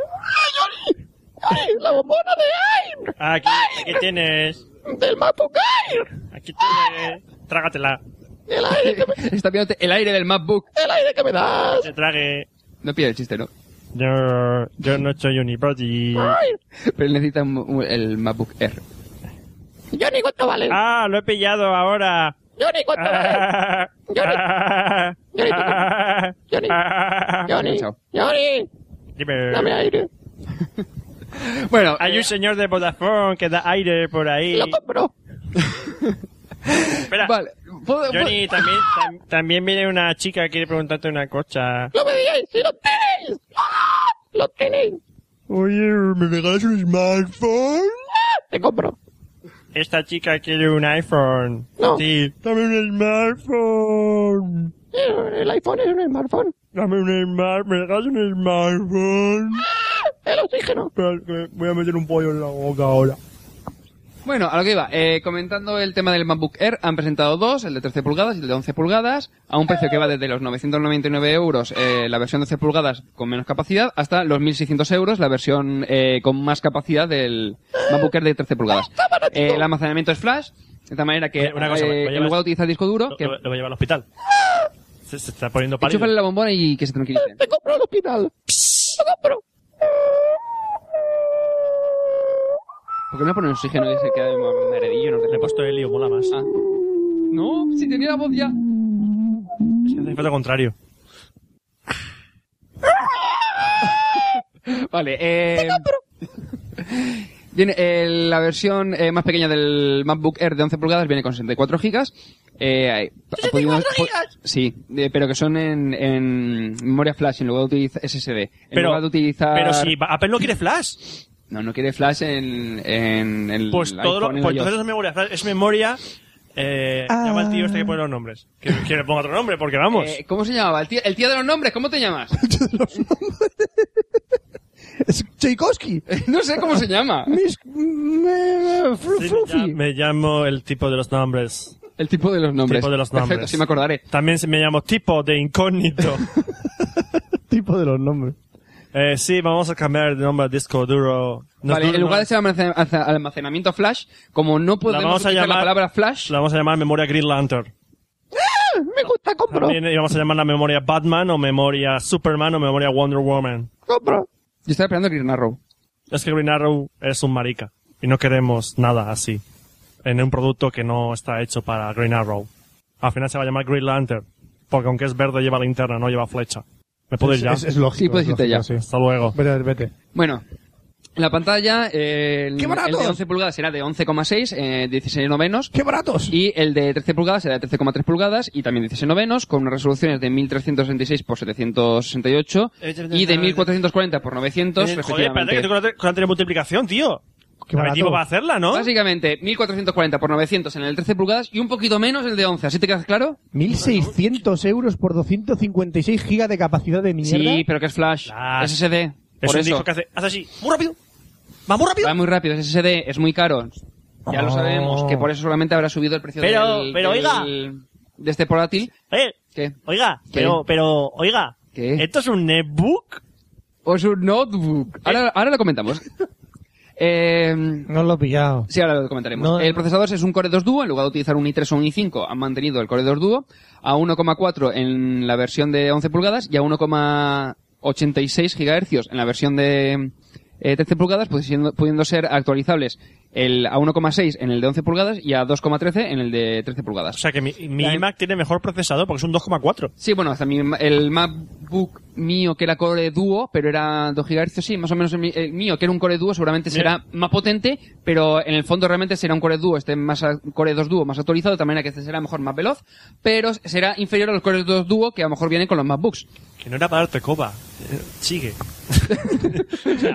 [SPEAKER 8] Ay, la bombona de
[SPEAKER 2] Ah, Aquí, aquí tienes.
[SPEAKER 8] Air, del MacBook Air,
[SPEAKER 2] Aquí tienes. Trágatela.
[SPEAKER 8] el aire que me,
[SPEAKER 4] Está pillándote el aire del MacBook.
[SPEAKER 8] el aire que me das.
[SPEAKER 2] Se trague.
[SPEAKER 4] No pilla el chiste, ¿no?
[SPEAKER 2] No, yo no soy unibody.
[SPEAKER 8] Ay,
[SPEAKER 4] Pero él necesita un- un- el MacBook Air.
[SPEAKER 8] Johnny, ¿cuánto vale?
[SPEAKER 2] Ah, lo he pillado ahora. (laughs)
[SPEAKER 8] Johnny, ¿cuánto vale?
[SPEAKER 2] Ah, ah,
[SPEAKER 8] Johnny. Johnny,
[SPEAKER 2] ah,
[SPEAKER 8] Johnny.
[SPEAKER 2] ah.
[SPEAKER 8] Johnny,
[SPEAKER 4] chao.
[SPEAKER 8] Johnny, dame
[SPEAKER 2] Dime.
[SPEAKER 8] aire,
[SPEAKER 4] Bueno,
[SPEAKER 2] Hay
[SPEAKER 4] eh,
[SPEAKER 2] un señor de Vodafone que da aire por ahí.
[SPEAKER 8] lo compro.
[SPEAKER 2] Espera.
[SPEAKER 4] Vale. ¿Puedo-
[SPEAKER 2] Johnny, también, tam- también viene una chica que quiere preguntarte una cosa.
[SPEAKER 8] No me digáis, si lo tenéis. ¡Ah! Lo tenéis.
[SPEAKER 2] Oye, ¿me regalas un smartphone?
[SPEAKER 8] ¡Ah! Te compro.
[SPEAKER 2] Esta chica quiere un iPhone.
[SPEAKER 8] No.
[SPEAKER 2] Sí. Dame un smartphone.
[SPEAKER 8] Eh, El iPhone es un smartphone.
[SPEAKER 2] Dame un smartphone. ¿Me regalas un smartphone?
[SPEAKER 8] El oxígeno.
[SPEAKER 2] Espera, que voy a meter un pollo en la boca ahora.
[SPEAKER 4] Bueno, a lo que iba, eh, comentando el tema del MacBook Air, han presentado dos, el de 13 pulgadas y el de 11 pulgadas, a un precio que va desde los 999 euros eh, la versión de 12 pulgadas con menos capacidad hasta los 1600 euros la versión eh, con más capacidad del MacBook Air de 13 pulgadas. Eh, el almacenamiento es flash, de tal manera que
[SPEAKER 2] Oye, una cosa,
[SPEAKER 4] eh,
[SPEAKER 2] ¿me- me
[SPEAKER 4] en
[SPEAKER 2] llevas-
[SPEAKER 4] lugar de utilizar disco duro,
[SPEAKER 2] Lo,
[SPEAKER 4] que
[SPEAKER 2] lo- lo voy a llevar al hospital. Se, se está poniendo pálido.
[SPEAKER 4] enchúfale la bombona y que se tranquilice.
[SPEAKER 8] Te compro al hospital. Lo compro.
[SPEAKER 4] ¿Por qué no ponen oxígeno y se queda en meredillo? No,
[SPEAKER 2] Le he puesto helio, mola más.
[SPEAKER 4] Ah. no, si tenía la voz ya...
[SPEAKER 2] Es que hace falta contrario.
[SPEAKER 4] Vale, eh... (laughs) Viene, eh, la versión eh, más pequeña del MacBook Air de 11 pulgadas viene con 64 gigas. Eh, ¿64 gigas? Sí, eh, pero que son en, en memoria flash, en lugar de utilizar SSD. En
[SPEAKER 2] Pero,
[SPEAKER 4] lugar de utilizar...
[SPEAKER 2] pero si va- Apple no quiere flash,
[SPEAKER 4] No, no quiere flash en, en el
[SPEAKER 2] pues todo lo,
[SPEAKER 4] iPhone, en
[SPEAKER 2] pues
[SPEAKER 4] el
[SPEAKER 2] entonces es memoria flash, es memoria. Eh,
[SPEAKER 4] Ah.
[SPEAKER 2] Llama al tío este que pone los nombres. Que, que le ponga otro nombre, porque
[SPEAKER 4] Eh,
[SPEAKER 2] vamos.
[SPEAKER 4] iOS. Eh, ¿Cómo se llamaba? El tío, el tío de los nombres, ¿cómo te llamas?
[SPEAKER 3] Es (laughs) Tchaikovsky.
[SPEAKER 4] (laughs) No sé cómo
[SPEAKER 2] (laughs)
[SPEAKER 4] se llama.
[SPEAKER 3] Mis, me- me- fru-
[SPEAKER 2] Sí, me,
[SPEAKER 3] frufi.
[SPEAKER 2] llam- me llamo el tipo de los nombres.
[SPEAKER 4] El tipo de los nombres.
[SPEAKER 2] Tipo de los
[SPEAKER 4] Perfecto,
[SPEAKER 2] nombres.
[SPEAKER 4] sí me acordaré.
[SPEAKER 2] También se- me llamo tipo de
[SPEAKER 3] (laughs)
[SPEAKER 2] incógnito.
[SPEAKER 3] tipo de los nombres.
[SPEAKER 2] Eh, sí, vamos a cambiar de nombre a disco duro. No,
[SPEAKER 4] vale,
[SPEAKER 2] no,
[SPEAKER 4] en
[SPEAKER 2] no,
[SPEAKER 4] lugar de ser almacen- alza- almacenamiento flash, como no podemos
[SPEAKER 2] vamos a
[SPEAKER 4] utilizar la
[SPEAKER 2] llamar-
[SPEAKER 4] palabra flash,
[SPEAKER 2] la vamos a llamar memoria Green Lantern.
[SPEAKER 3] Me gusta, compro,
[SPEAKER 2] También íbamos a llamar la memoria Batman o memoria Superman o memoria Wonder Woman.
[SPEAKER 3] compro.
[SPEAKER 4] yo estaba esperando Green Arrow.
[SPEAKER 2] Es que Green Arrow es un marica y no queremos nada así en un producto que no está hecho para Green Arrow. Al final se va a llamar Green Lantern porque aunque es verde lleva linterna, no lleva flecha. ¿Me puedo ir ya?
[SPEAKER 3] Es, es lógico.
[SPEAKER 4] Sí, puedes
[SPEAKER 3] es
[SPEAKER 4] irte
[SPEAKER 3] lógico,
[SPEAKER 4] ya.
[SPEAKER 3] sí.
[SPEAKER 2] Hasta luego.
[SPEAKER 3] Vete, vete.
[SPEAKER 4] Bueno, la pantalla, eh, el,
[SPEAKER 3] ¡Qué
[SPEAKER 4] el
[SPEAKER 3] baratos!
[SPEAKER 4] de 11 pulgadas será de 11,6, eh, 16 novenos.
[SPEAKER 3] ¡Qué baratos!
[SPEAKER 4] Y el de 13 pulgadas será de 13,3 pulgadas y también 16 novenos, con unas resoluciones de 1366 por 768 y de 1440 por 900,
[SPEAKER 2] Eh, Joder, espérate que
[SPEAKER 4] respectivamente.
[SPEAKER 2] tengo la te- con la tele multiplicación, tío.
[SPEAKER 3] Qué
[SPEAKER 2] No hay
[SPEAKER 3] barato.
[SPEAKER 2] tiempo para hacerla, ¿no?
[SPEAKER 4] Básicamente, 1440 por 900 en el 13 pulgadas y un poquito menos el de 11. ¿Así te quedas claro?
[SPEAKER 3] 1.600 euros por 256 gigas de capacidad de mierda.
[SPEAKER 4] Sí, pero que es flash.
[SPEAKER 2] Flash.
[SPEAKER 4] SSD.
[SPEAKER 2] Es
[SPEAKER 4] por
[SPEAKER 2] un
[SPEAKER 4] eso.
[SPEAKER 2] disco que hace, hace así, muy rápido. Va muy rápido.
[SPEAKER 4] Va muy rápido, es SSD, es muy caro. Ya lo
[SPEAKER 3] Oh.
[SPEAKER 4] sabemos, que por eso solamente habrá subido el precio
[SPEAKER 2] Pero-
[SPEAKER 4] del-
[SPEAKER 2] pero,
[SPEAKER 4] del-
[SPEAKER 2] oiga.
[SPEAKER 4] de este portátil.
[SPEAKER 2] Eh,
[SPEAKER 4] ¿Qué?
[SPEAKER 2] oiga, pero, pero, oiga,
[SPEAKER 4] ¿Qué?
[SPEAKER 2] ¿esto es un netbook?
[SPEAKER 4] O es un notebook. Ahora, ahora
[SPEAKER 2] (laughs)
[SPEAKER 4] lo comentamos. Eh,
[SPEAKER 3] No lo he pillado.
[SPEAKER 4] sí, ahora lo comentaremos.
[SPEAKER 3] No.
[SPEAKER 4] el procesador es un Core 2 Duo. En lugar de utilizar un i3 o un i5, han mantenido el Core 2 Duo a 1,4 en la versión de 11 pulgadas y a 1,86 gigahercios en la versión de eh, 13 pulgadas, pues, siendo- pudiendo ser actualizables el a 1,6 en el de 11 pulgadas y a 2,13 en el de 13 pulgadas.
[SPEAKER 2] O sea que mi, mi
[SPEAKER 4] La-
[SPEAKER 2] iMac tiene mejor procesador porque es un 2,4.
[SPEAKER 4] Sí, bueno, hasta mi, el MacBook mío que era Core Duo, pero era 2 GHz, sí, más o menos el, mi- el mío que era un Core Duo seguramente será más potente, pero en el fondo realmente será un Core Duo, este más a- Core 2 Duo más actualizado, también a que este será mejor más veloz, pero será inferior a los Core 2 Duo que a lo mejor vienen con los MacBooks.
[SPEAKER 2] Que no era para darte copa. Eh, Sigue. (laughs)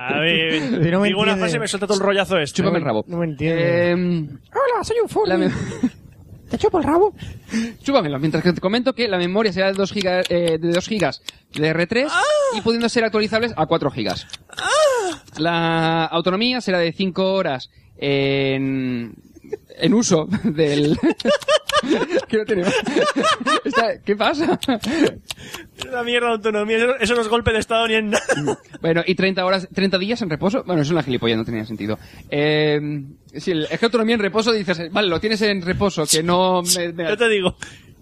[SPEAKER 2] a ver,
[SPEAKER 3] no me
[SPEAKER 2] digo una
[SPEAKER 3] entiende.
[SPEAKER 2] frase y me suelta todo el rollazo este.
[SPEAKER 4] Chúpame el rabo.
[SPEAKER 3] No me entiende.
[SPEAKER 4] Eh,
[SPEAKER 3] Hola, soy un furry.
[SPEAKER 4] la me-
[SPEAKER 3] ¿Te chupo el rabo?
[SPEAKER 4] Chúpamelo, mientras que te comento que la memoria será de 2 gigas, de 2 gigas de R3
[SPEAKER 2] Ah.
[SPEAKER 4] y pudiendo ser actualizables a 4 gigas.
[SPEAKER 2] Ah.
[SPEAKER 4] La autonomía será de 5 horas en, en uso
[SPEAKER 2] (laughs)
[SPEAKER 4] del... (laughs) que no tenemos. Está- ¿Qué pasa?
[SPEAKER 2] Es una mierda de autonomía. Eso, eso no es golpe de estado ni en
[SPEAKER 4] (laughs)
[SPEAKER 2] nada.
[SPEAKER 4] Bueno, y 30 horas, 30 días en reposo. Bueno, eso es una gilipollas, no tenía sentido. Eh, si el, es que autonomía en reposo dices, vale, lo tienes en reposo, que no... me- me-
[SPEAKER 2] Yo te digo.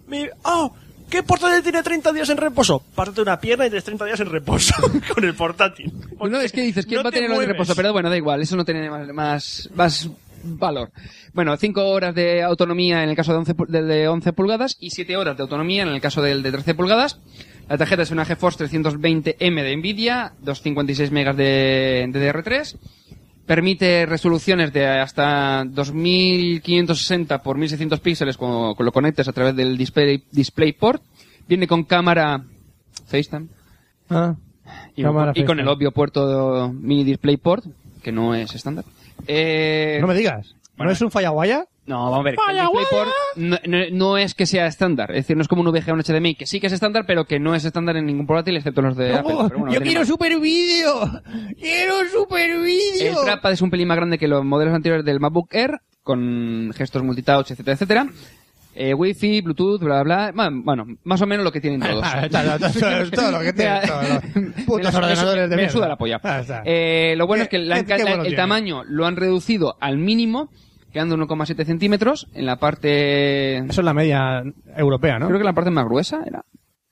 [SPEAKER 2] Mi, oh, ¿Qué portátil tiene 30 días en reposo? Pártate una pierna y tienes 30 días en reposo (laughs) con el portátil.
[SPEAKER 4] No, es que dices, ¿quién
[SPEAKER 2] No
[SPEAKER 4] va a
[SPEAKER 2] te
[SPEAKER 4] tenerlo en
[SPEAKER 2] mueves.
[SPEAKER 4] reposo? Pero bueno, da igual, eso no tiene más, más, más valor. Bueno, 5 horas de autonomía en el caso de 11, pu- del de 11 pulgadas y 7 horas de autonomía en el caso del de 13 pulgadas. La tarjeta es una GeForce 320M de NVIDIA, 256 megas de, de DR3. Permite resoluciones de hasta 2560 por 1600 píxeles cuando lo conectes a través del display, DisplayPort. Viene con cámara FaceTime.
[SPEAKER 3] Ah.
[SPEAKER 4] Y,
[SPEAKER 3] Cámara
[SPEAKER 4] y con
[SPEAKER 3] fija.
[SPEAKER 4] el obvio puerto mini DisplayPort, que no es estándar. Eh,
[SPEAKER 3] No me digas.
[SPEAKER 4] Bueno. Eh,
[SPEAKER 3] ¿No es un fallaguaya?
[SPEAKER 4] no, vamos a ver. que El DisplayPort no, no- no es que sea estándar. Es decir, no es como un VGA o un HDMI, que sí que es estándar, pero que no es estándar en ningún portátil, excepto los de Apple.
[SPEAKER 3] Oh,
[SPEAKER 4] Pero bueno, no tiene más.
[SPEAKER 3] super vídeo. Quiero super
[SPEAKER 4] El
[SPEAKER 3] vídeo.
[SPEAKER 4] trackpad es un pelín más grande que los modelos anteriores del MacBook Air, con gestos multitouch, etcétera, etcétera. Eh, wifi, Bluetooth, bla, bla, bla. Bueno, más o menos lo que
[SPEAKER 3] (laughs)
[SPEAKER 4] tienen todos.
[SPEAKER 3] Ah, está, está, está,
[SPEAKER 4] (laughs)
[SPEAKER 3] está, todo lo que tiene,
[SPEAKER 4] Me-
[SPEAKER 3] todo lo-
[SPEAKER 4] me-
[SPEAKER 3] Putos
[SPEAKER 4] me-
[SPEAKER 3] ordenadores de
[SPEAKER 4] me
[SPEAKER 3] mierda.
[SPEAKER 4] suda la polla.
[SPEAKER 3] Ah, está.
[SPEAKER 4] Eh, lo bueno
[SPEAKER 3] ¿Qué-
[SPEAKER 4] es que la han
[SPEAKER 3] qué-
[SPEAKER 4] ca-
[SPEAKER 3] qué bueno
[SPEAKER 4] el
[SPEAKER 3] tiene?
[SPEAKER 4] tamaño lo han reducido al mínimo, quedando 1,7 centímetros en la parte...
[SPEAKER 3] Eso es la media europea, ¿no?
[SPEAKER 4] Creo que la parte más gruesa era...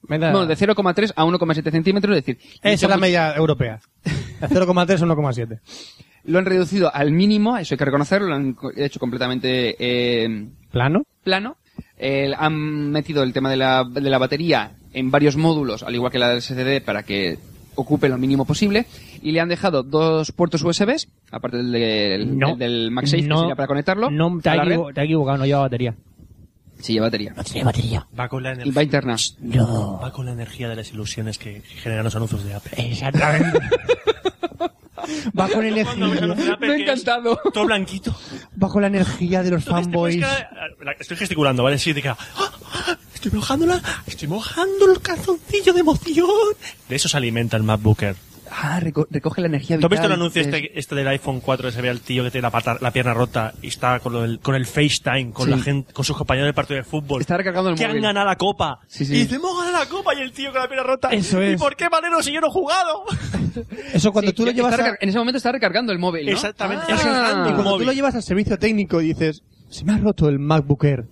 [SPEAKER 3] Media-
[SPEAKER 4] Bueno, de 0,3 a 1,7 centímetros, es decir...
[SPEAKER 3] Ah. Esa es
[SPEAKER 4] mucho-
[SPEAKER 3] la media europea. El 0,3 o 1,7.
[SPEAKER 4] Lo han reducido al mínimo, eso hay que reconocerlo, lo han co- hecho completamente... eh,
[SPEAKER 3] ¿Plano?
[SPEAKER 4] plano. Eh, han metido el tema de la, de la batería en varios módulos, al igual que la del SCD, para que ocupe lo mínimo posible. Y le han dejado dos puertos USB, aparte del, del,
[SPEAKER 7] No.
[SPEAKER 4] del- del MagSafe, que
[SPEAKER 7] No.
[SPEAKER 4] sería para conectarlo.
[SPEAKER 7] No, te
[SPEAKER 4] a
[SPEAKER 7] has,
[SPEAKER 4] la red.
[SPEAKER 7] equivo- te has equivocado, no lleva batería.
[SPEAKER 4] Sí, lleva batería.
[SPEAKER 5] Tiene batería.
[SPEAKER 2] Va con la
[SPEAKER 4] Y va interna.
[SPEAKER 5] No.
[SPEAKER 2] Va con la energía de las ilusiones que generan los anuncios de Apple.
[SPEAKER 3] (laughs)
[SPEAKER 5] Exactamente.
[SPEAKER 3] Va con, el-
[SPEAKER 4] Me ha encantado.
[SPEAKER 2] Todo blanquito.
[SPEAKER 3] va con la energía de los
[SPEAKER 2] Entonces, te
[SPEAKER 3] fanboys.
[SPEAKER 2] pones cara- la- Estoy gesticulando, ¿vale? Sí, te queda. "Ah, ah, Estoy mojándola, estoy mojando el calzoncillo de emoción. De eso se alimenta el MacBooker.
[SPEAKER 4] Ah, reco- recoge la energía
[SPEAKER 2] ¿Tú
[SPEAKER 4] vital.
[SPEAKER 2] has visto el anuncio
[SPEAKER 4] Es-
[SPEAKER 2] este, este del iPhone 4 que se ve al tío que tiene la, pata- la pierna rota y está con, lo del- con el FaceTime, con
[SPEAKER 4] Sí.
[SPEAKER 2] la gente, con sus compañeros del partido de fútbol?
[SPEAKER 4] Está recargando el
[SPEAKER 2] que han
[SPEAKER 4] móvil.
[SPEAKER 2] ganado la copa.
[SPEAKER 4] Sí, sí.
[SPEAKER 2] Y dice, hemos ganado la copa y el tío con la pierna rota.
[SPEAKER 3] Eso
[SPEAKER 2] ¿Y
[SPEAKER 3] es.
[SPEAKER 2] por qué Valero si yo no he jugado?
[SPEAKER 3] Eso cuando
[SPEAKER 4] Sí,
[SPEAKER 3] tú lo
[SPEAKER 4] está
[SPEAKER 3] llevas a-
[SPEAKER 4] recar- En ese momento está recargando el móvil, ¿no?
[SPEAKER 2] Exactamente,
[SPEAKER 4] Ah.
[SPEAKER 2] es
[SPEAKER 3] Y
[SPEAKER 2] grande.
[SPEAKER 3] cuando
[SPEAKER 2] móvil.
[SPEAKER 3] tú lo llevas al servicio técnico y dices, se me ha roto el MacBook Air.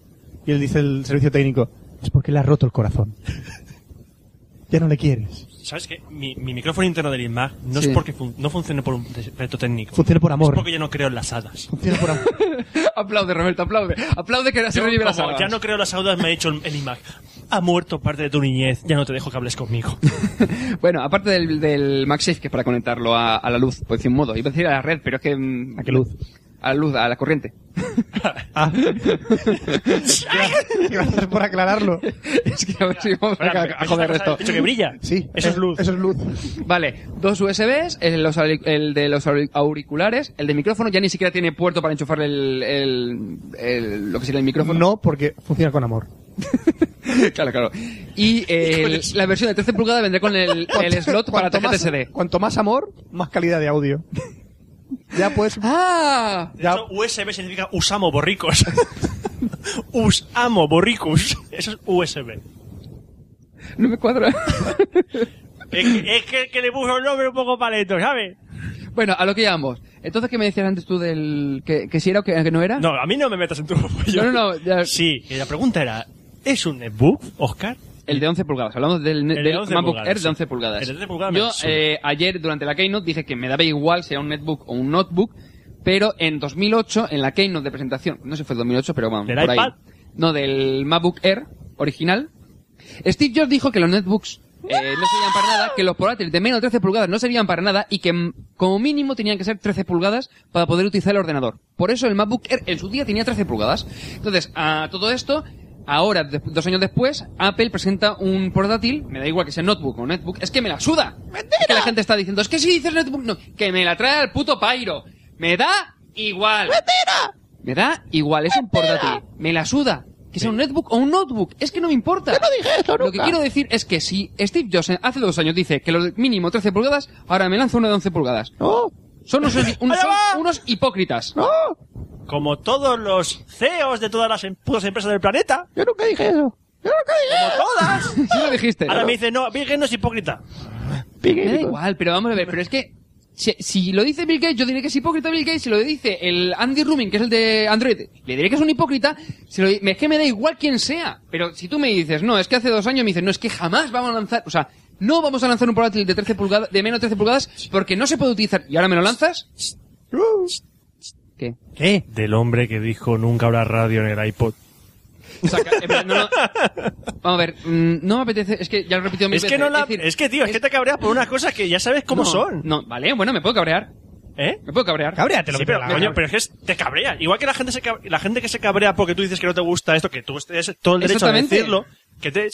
[SPEAKER 3] Y él dice el servicio técnico, es porque le has roto el corazón. (laughs) ya no le quieres.
[SPEAKER 2] ¿Sabes qué? Mi, mi micrófono interno del IMAG no
[SPEAKER 4] Sí.
[SPEAKER 2] es porque fun- no funcione por un defecto técnico.
[SPEAKER 3] Funciona por amor.
[SPEAKER 2] Es porque yo no creo en las hadas.
[SPEAKER 3] Funciona por amor.
[SPEAKER 4] (laughs) aplaude, Roberto, aplaude. Aplaude que se
[SPEAKER 2] Yo,
[SPEAKER 4] revive la
[SPEAKER 2] como
[SPEAKER 4] saga.
[SPEAKER 2] ya no creo en las hadas, me ha dicho el, el IMAG. Ha muerto parte de tu niñez, ya no te dejo que hables conmigo.
[SPEAKER 4] Bueno, aparte del, del MagSafe, que es para conectarlo a, a la luz, por decir un modo. Iba a decir a la red, pero es que... mm,
[SPEAKER 3] ¿A Ah, qué luz?
[SPEAKER 4] A la luz, a la corriente. (laughs)
[SPEAKER 3] Ah. Gracias por aclararlo.
[SPEAKER 4] es que a ver si vamos a,
[SPEAKER 2] Espera, esa
[SPEAKER 4] a joder
[SPEAKER 2] cosa
[SPEAKER 4] esto.
[SPEAKER 2] del techo que brilla.
[SPEAKER 3] Sí.
[SPEAKER 2] Eso es luz.
[SPEAKER 3] Eso es luz.
[SPEAKER 4] Vale, dos USBs, el, de los auric- el de los auric- auriculares, el de micrófono, ya ni siquiera tiene puerto para enchufar el, el- el- lo que sería el micrófono.
[SPEAKER 3] No, porque funciona con amor.
[SPEAKER 4] (laughs) claro, claro. Y eh, el- la versión de 13 pulgadas vendrá
[SPEAKER 3] (laughs)
[SPEAKER 4] con el, el slot para
[SPEAKER 3] Cuanto
[SPEAKER 4] tarjeta
[SPEAKER 3] más-
[SPEAKER 4] SD.
[SPEAKER 3] Cuanto más amor, más calidad de (laughs) audio. ya pues, puedes...
[SPEAKER 4] ¡Ah!
[SPEAKER 2] De
[SPEAKER 3] Ya,
[SPEAKER 2] hecho, USB significa usamo borricos. (laughs) usamo borricus. Eso es USB.
[SPEAKER 4] No me cuadra. (laughs)
[SPEAKER 2] Es que, es que, el que le puso el nombre un poco paleto, ¿sabes?
[SPEAKER 4] bueno, a lo que llamamos. Entonces, ¿qué me decías antes tú del... que, que si era o que, que no era?
[SPEAKER 2] No, a mí no me metas en tu (laughs) rollo.
[SPEAKER 4] No, no, no, ya-
[SPEAKER 2] Sí, y la pregunta era, ¿es un netbook, Oscar?
[SPEAKER 4] El de 11 pulgadas. Hablamos del,
[SPEAKER 2] de
[SPEAKER 4] del
[SPEAKER 2] 11
[SPEAKER 4] MacBook
[SPEAKER 2] pulgadas,
[SPEAKER 4] Air
[SPEAKER 2] sí.
[SPEAKER 4] de 11 pulgadas.
[SPEAKER 2] El de 11 pulgadas me
[SPEAKER 4] Yo
[SPEAKER 2] suena.
[SPEAKER 4] eh, ayer, durante la Keynote, dije que me daba igual si era un netbook o un notebook, pero en 2008, en la Keynote de presentación, no sé si fue 2008, pero vamos,
[SPEAKER 2] ¿Del
[SPEAKER 4] por ahí.
[SPEAKER 2] iPad?
[SPEAKER 4] No, del MacBook Air original. Steve Jobs dijo que los netbooks eh, no servían para nada, que los portátiles de menos de 13 pulgadas no servían para nada y que mm, como mínimo tenían que ser 13 pulgadas para poder utilizar el ordenador. Por eso el MacBook Air en su día tenía 13 pulgadas. Entonces, a todo esto, ahora, de- dos años después, Apple presenta un portátil, me da igual que sea notebook o netbook, es que me la suda. Que la gente está diciendo, es que si dices netbook, no, que me la trae al puto pairo. Me da igual. Me da igual, es un portátil. Me la suda. Que sea un netbook o un notebook. Es que no me importa. Yo no dije Lo que quiero decir es que si Steve Jobs hace dos años dice que lo mínimo 13 pulgadas, ahora me lanza uno de 11 pulgadas.
[SPEAKER 3] ¡Oh!
[SPEAKER 2] (laughs)
[SPEAKER 4] Son unos, unos-
[SPEAKER 2] ¡Allá va!
[SPEAKER 4] son unos hipócritas. (laughs)
[SPEAKER 3] ¡Oh!
[SPEAKER 2] Como todos los CEOs de todas las em- putas empresas del planeta.
[SPEAKER 3] Yo nunca dije eso. Yo nunca dije
[SPEAKER 2] Como todas.
[SPEAKER 4] (laughs) Sí lo dijiste.
[SPEAKER 2] Ahora me dice, no, Virgen no es hipócrita.
[SPEAKER 4] Me da igual, pero vamos a ver, pero es que si, si lo dice Bill Gates, yo diré que es hipócrita Bill Gates. Si lo dice el Andy Rubin, que es el de Android, le diré que es un hipócrita. Si lo di- es que me da igual quién sea. Pero si tú me dices, no, es que hace dos años me dices, no, es que jamás vamos a lanzar, o sea, no vamos a lanzar un portátil de 13 pulgadas, de menos 13 pulgadas, porque no se puede utilizar. ¿Y ahora me lo lanzas? ¿Qué?
[SPEAKER 2] ¿Qué? Del hombre que dijo nunca habrá radio en el iPod.
[SPEAKER 4] O sea, que- en plan, no, no. Vamos a ver, mm, no me apetece, es que ya lo he repetido mil
[SPEAKER 2] Es que
[SPEAKER 4] veces,
[SPEAKER 2] no la...
[SPEAKER 4] decir,
[SPEAKER 2] Es que, tío, es que te cabreas por unas cosas que ya sabes cómo
[SPEAKER 4] no,
[SPEAKER 2] son.
[SPEAKER 4] No, vale, bueno, me puedo cabrear.
[SPEAKER 2] ¿Eh?
[SPEAKER 4] Me puedo cabrear.
[SPEAKER 3] Cabréate lo
[SPEAKER 2] Sí,
[SPEAKER 3] que te
[SPEAKER 2] pero,
[SPEAKER 3] da la
[SPEAKER 2] coño,
[SPEAKER 3] gana.
[SPEAKER 2] pero es que es- te cabrea. Igual que la gente, se cab- la gente que se cabrea porque tú dices que no te gusta esto, que tú estés todo el derecho a
[SPEAKER 4] Exactamente.
[SPEAKER 2] decirlo, que te...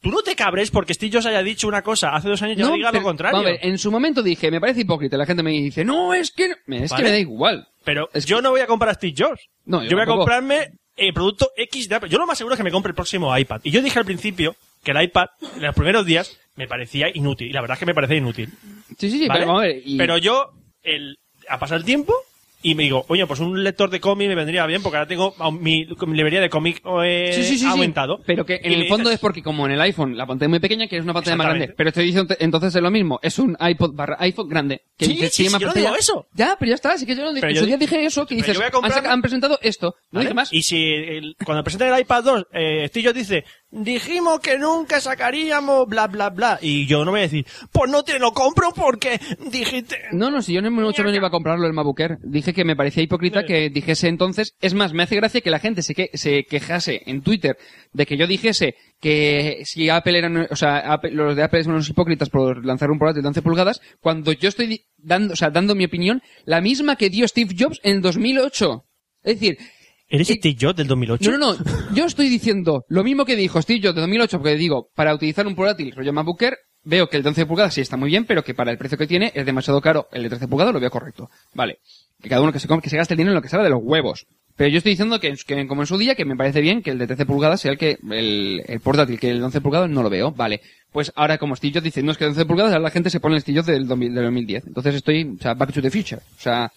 [SPEAKER 2] Tú no te cabres porque Steve Jobs haya dicho una cosa hace dos años y ahora diga
[SPEAKER 4] pero-
[SPEAKER 2] lo contrario.
[SPEAKER 4] vamos a ver, en su momento dije, me parece hipócrita. La gente me dice, no, es que no. Es
[SPEAKER 2] Vale.
[SPEAKER 4] que me da igual.
[SPEAKER 2] Pero
[SPEAKER 4] Es
[SPEAKER 2] yo no voy a comprar a Steve Jobs.
[SPEAKER 4] No, yo
[SPEAKER 2] yo, voy a
[SPEAKER 4] tampoco.
[SPEAKER 2] comprarme el producto X de Apple. Yo lo más seguro es que me compre el próximo iPad. Y yo dije al principio que el iPad, en los primeros días, me parecía inútil. Y la verdad es que me parecía inútil.
[SPEAKER 4] Sí, sí, sí,
[SPEAKER 2] ¿vale?
[SPEAKER 4] pero vamos a ver. y-
[SPEAKER 2] Pero yo, el, ha pasado el tiempo y me digo, oye, pues un lector de cómic me vendría bien porque ahora tengo a- mi, mi librería de cómic eh,
[SPEAKER 4] Sí, sí, sí, sí.
[SPEAKER 2] aumentado.
[SPEAKER 4] Pero que en
[SPEAKER 2] Y
[SPEAKER 4] el
[SPEAKER 2] me
[SPEAKER 4] fondo
[SPEAKER 2] dices,
[SPEAKER 4] es porque como en el iPhone la pantalla es muy pequeña, quieres una pantalla más grande.
[SPEAKER 2] Exactamente.
[SPEAKER 4] Pero estoy diciendo entonces es lo mismo. Es un iPod barra iPhone grande. Que
[SPEAKER 2] Sí,
[SPEAKER 4] dice,
[SPEAKER 2] sí,
[SPEAKER 4] tiene
[SPEAKER 2] sí,
[SPEAKER 4] más
[SPEAKER 2] yo no
[SPEAKER 4] pantalla.
[SPEAKER 2] digo eso.
[SPEAKER 4] Ya, pero ya está. Así que yo no dije,
[SPEAKER 2] Pero
[SPEAKER 4] en
[SPEAKER 2] yo
[SPEAKER 4] su día
[SPEAKER 2] di-
[SPEAKER 4] dije eso, que
[SPEAKER 2] pero
[SPEAKER 4] dices,
[SPEAKER 2] yo voy a
[SPEAKER 4] han
[SPEAKER 2] comprarme-
[SPEAKER 4] saca- han presentado esto. No
[SPEAKER 2] ¿vale?
[SPEAKER 4] dije más.
[SPEAKER 2] Y si el- cuando presentan el iPad 2, eh, Steve Jobs dice, dijimos que nunca sacaríamos bla, bla, bla. Y yo no voy a decir, pues no te lo compro porque dijiste...
[SPEAKER 4] No, no, si yo no mucho menos iba a comprarlo el MacBook Air. Dije que me parecía hipócrita que dijese entonces. Es más, me hace gracia que la gente se, que, se quejase en Twitter de que yo dijese que si Apple eran, o sea, Apple- los de Apple son unos hipócritas por lanzar un portátil de 11 pulgadas, cuando yo estoy di- dando, o sea, dando mi opinión, la misma que dio Steve Jobs en 2008. Es decir,
[SPEAKER 2] ¿Eres
[SPEAKER 4] Y-
[SPEAKER 2] Steve Jobs del 2008?
[SPEAKER 4] no, no, no. Yo estoy diciendo lo mismo que dijo Steve Jobs de 2008, porque digo, para utilizar un portátil rollo MacBook Air, veo que el de 11 pulgadas sí está muy bien, pero que para el precio que tiene es demasiado caro. El de 13 pulgadas lo veo correcto. Vale. Que cada uno que se, com- que se gaste el dinero en lo que salga de los huevos. Pero yo estoy diciendo que, en su- que como en su día, que me parece bien que el de 13 pulgadas sea el que, el, el portátil, que el de 11 pulgadas no lo veo. Vale. Pues ahora, como Steve Jobs dice, no es que 11 pulgadas, ahora la gente se pone el Steve Jobs del, 2000 del 2010. Entonces estoy, o sea, back to the future. O sea,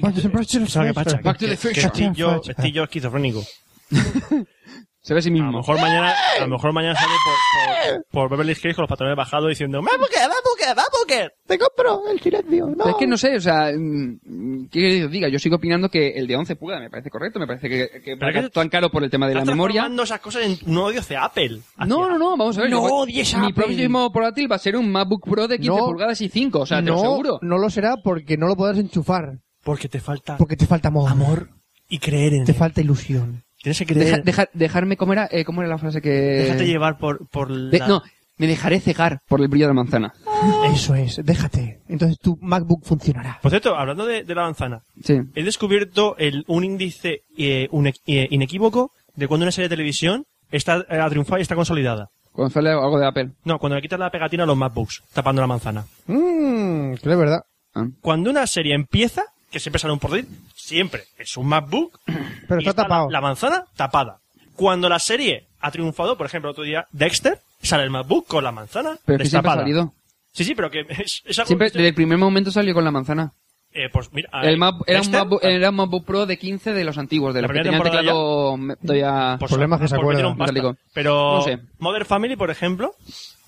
[SPEAKER 2] ¿Sabes qué pasa?
[SPEAKER 4] Back to the
[SPEAKER 2] Que- que
[SPEAKER 4] future. Mm.
[SPEAKER 2] estoy yo- estoy yo esquizofrénico.
[SPEAKER 4] se ve a sí
[SPEAKER 2] A lo
[SPEAKER 4] mismo.
[SPEAKER 2] mejor mañana, a lo mejor mañana sale
[SPEAKER 4] Eh.
[SPEAKER 2] por, por, por Beverly Hills con los pantalones bajados diciendo "Me
[SPEAKER 5] Porque, va, porque, va, porque. Te compro el silencio. No.
[SPEAKER 4] Es que no sé, o sea, mm, ¿qué diga? Yo sigo opinando que el de 11 pulgadas me parece correcto, me parece que, que
[SPEAKER 2] Pero que-
[SPEAKER 4] tan caro por el tema de la
[SPEAKER 2] estás
[SPEAKER 4] memoria.
[SPEAKER 2] transformando esas cosas en un odio hacia Apple. Hacia-
[SPEAKER 4] No, no, no, vamos a ver.
[SPEAKER 5] No
[SPEAKER 4] yo voy-
[SPEAKER 5] odies a
[SPEAKER 4] Mi
[SPEAKER 5] Apple.
[SPEAKER 4] próximo portátil va a ser un MacBook Pro de 15
[SPEAKER 3] No.
[SPEAKER 4] pulgadas y 5, o sea, te lo
[SPEAKER 3] no,
[SPEAKER 4] aseguro.
[SPEAKER 3] no lo será porque no lo podrás enchufar.
[SPEAKER 2] Porque te falta
[SPEAKER 3] Porque te falta amor.
[SPEAKER 2] amor y creer en
[SPEAKER 3] Te
[SPEAKER 2] él.
[SPEAKER 3] falta ilusión.
[SPEAKER 2] Tienes que creer.
[SPEAKER 4] Deja- deja- dejarme, ¿cómo era, eh, cómo era la frase que...?
[SPEAKER 2] Déjate llevar por, por la...
[SPEAKER 4] De- no, me dejaré cegar por el brillo de la manzana.
[SPEAKER 3] Eso es, déjate. Entonces tu MacBook funcionará.
[SPEAKER 2] Por cierto, hablando de, de la manzana,
[SPEAKER 4] Sí.
[SPEAKER 2] he descubierto el, un índice eh, un- eh, inequívoco de cuando una serie de televisión está eh, ha triunfado y está consolidada.
[SPEAKER 4] Cuando sale algo de Apple.
[SPEAKER 2] No, cuando le quitas la pegatina a los MacBooks, tapando la manzana.
[SPEAKER 3] Mmm, que es verdad.
[SPEAKER 4] Ah.
[SPEAKER 2] Cuando una serie empieza, que siempre sale un portátil, siempre es un MacBook,
[SPEAKER 3] Pero
[SPEAKER 2] y
[SPEAKER 3] está
[SPEAKER 2] la-
[SPEAKER 3] tapado.
[SPEAKER 2] La, manzana tapada. Cuando la serie ha triunfado, por ejemplo, otro día Dexter, sale el MacBook con la manzana
[SPEAKER 4] Pero es que siempre ha
[SPEAKER 2] destapada.
[SPEAKER 4] salido.
[SPEAKER 2] Sí, sí, pero que (laughs) es, es algo
[SPEAKER 4] Siempre,
[SPEAKER 2] que estoy-
[SPEAKER 4] desde el primer momento salió con la manzana.
[SPEAKER 2] eh, pues mira, a
[SPEAKER 4] El
[SPEAKER 2] ver,
[SPEAKER 4] Mac- era, un
[SPEAKER 2] Dexter, ah,
[SPEAKER 4] MacBook, era un MacBook Pro de 15 de los antiguos, de
[SPEAKER 2] La
[SPEAKER 4] los que
[SPEAKER 2] primera
[SPEAKER 4] tenían teclado me- todavía...
[SPEAKER 2] pues,
[SPEAKER 3] problemas que se
[SPEAKER 2] pues metieron pasta.
[SPEAKER 3] acuerdan.
[SPEAKER 4] Digo,
[SPEAKER 2] Pero
[SPEAKER 4] no sé.
[SPEAKER 2] Modern Family, por ejemplo,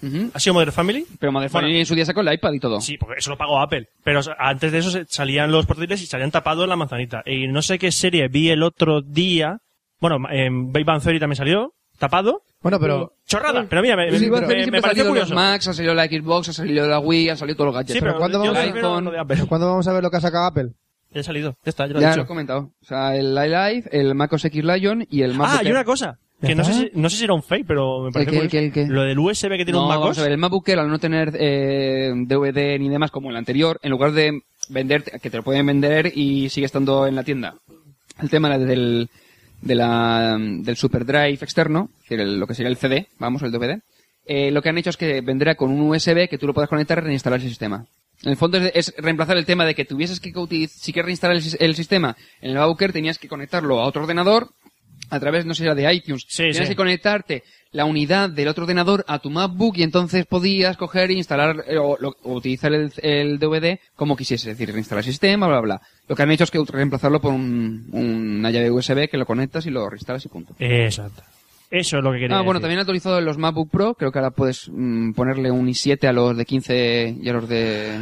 [SPEAKER 4] Ujú.
[SPEAKER 2] ¿ha sido Modern Family?
[SPEAKER 4] Pero Modern Family
[SPEAKER 2] Bueno,
[SPEAKER 4] en su día sacó el iPad y todo.
[SPEAKER 2] Sí, porque eso lo pagó Apple. Pero antes de eso se- salían los portátiles y salían tapados en la manzanita. Y no sé qué serie vi el otro día. Bueno, en Big Bang Theory también salió tapado.
[SPEAKER 3] Bueno, pero
[SPEAKER 2] Chorrada. Pero mira, me,
[SPEAKER 4] Sí,
[SPEAKER 2] me-
[SPEAKER 4] pero-
[SPEAKER 2] me-
[SPEAKER 4] siempre
[SPEAKER 2] me
[SPEAKER 4] ha
[SPEAKER 2] pareció
[SPEAKER 4] salido los
[SPEAKER 2] curioso.
[SPEAKER 4] Macs, ha salido la Xbox, ha salido la Wii, ha salido todos los gadgets.
[SPEAKER 2] Sí, pero,
[SPEAKER 3] ¿cuándo
[SPEAKER 2] yo
[SPEAKER 3] vamos a-
[SPEAKER 2] prefiero
[SPEAKER 4] iPhone?
[SPEAKER 2] lo de Apple.
[SPEAKER 3] ¿cuándo vamos a ver lo que ha sacado Apple?
[SPEAKER 2] Ya ha salido, ya está, ya lo he
[SPEAKER 4] Ya
[SPEAKER 2] dicho.
[SPEAKER 4] lo he comentado. O sea, el iLife, el Mac OS X Lion y el MacBook
[SPEAKER 2] Ah, y
[SPEAKER 4] Air.
[SPEAKER 2] una cosa, que no sé, si, no sé si era un fake, pero me parece
[SPEAKER 4] qué,
[SPEAKER 2] curioso.
[SPEAKER 4] qué, qué?
[SPEAKER 2] Lo del USB que tiene
[SPEAKER 4] No,
[SPEAKER 2] un Mac
[SPEAKER 4] vamos
[SPEAKER 2] OS,
[SPEAKER 4] a ver, el MacBook Air al no tener eh, DVD ni demás como el anterior, en lugar de vender, que te lo pueden vender y sigue estando en la tienda. El tema era del, de la, del SuperDrive externo, que era el- lo que sería el CD, vamos, el DVD, eh, lo que han hecho es que vendrá con un USB que tú lo puedas conectar y reinstalar el sistema. En el fondo es, es reemplazar el tema de que tuvieses que utiliz- si quieres reinstalar el, sis- el sistema en el MacBook Air tenías que conectarlo a otro ordenador a través, no sé, era de iTunes.
[SPEAKER 2] Sí,
[SPEAKER 4] tenías
[SPEAKER 2] sí.
[SPEAKER 4] que conectarte la unidad del otro ordenador a tu MacBook y entonces podías coger e instalar eh, o, lo- o utilizar el, el DVD como quisiese, es decir, reinstalar el sistema, bla, bla. Lo que han hecho es que reemplazarlo por un- una llave USB que lo conectas y lo reinstalas y punto.
[SPEAKER 2] Exacto. Eso es lo que quería
[SPEAKER 4] Ah, bueno,
[SPEAKER 2] decir.
[SPEAKER 4] también ha actualizado los MacBook Pro. Creo que ahora puedes mm, ponerle un i7 a los de 15 y a los de...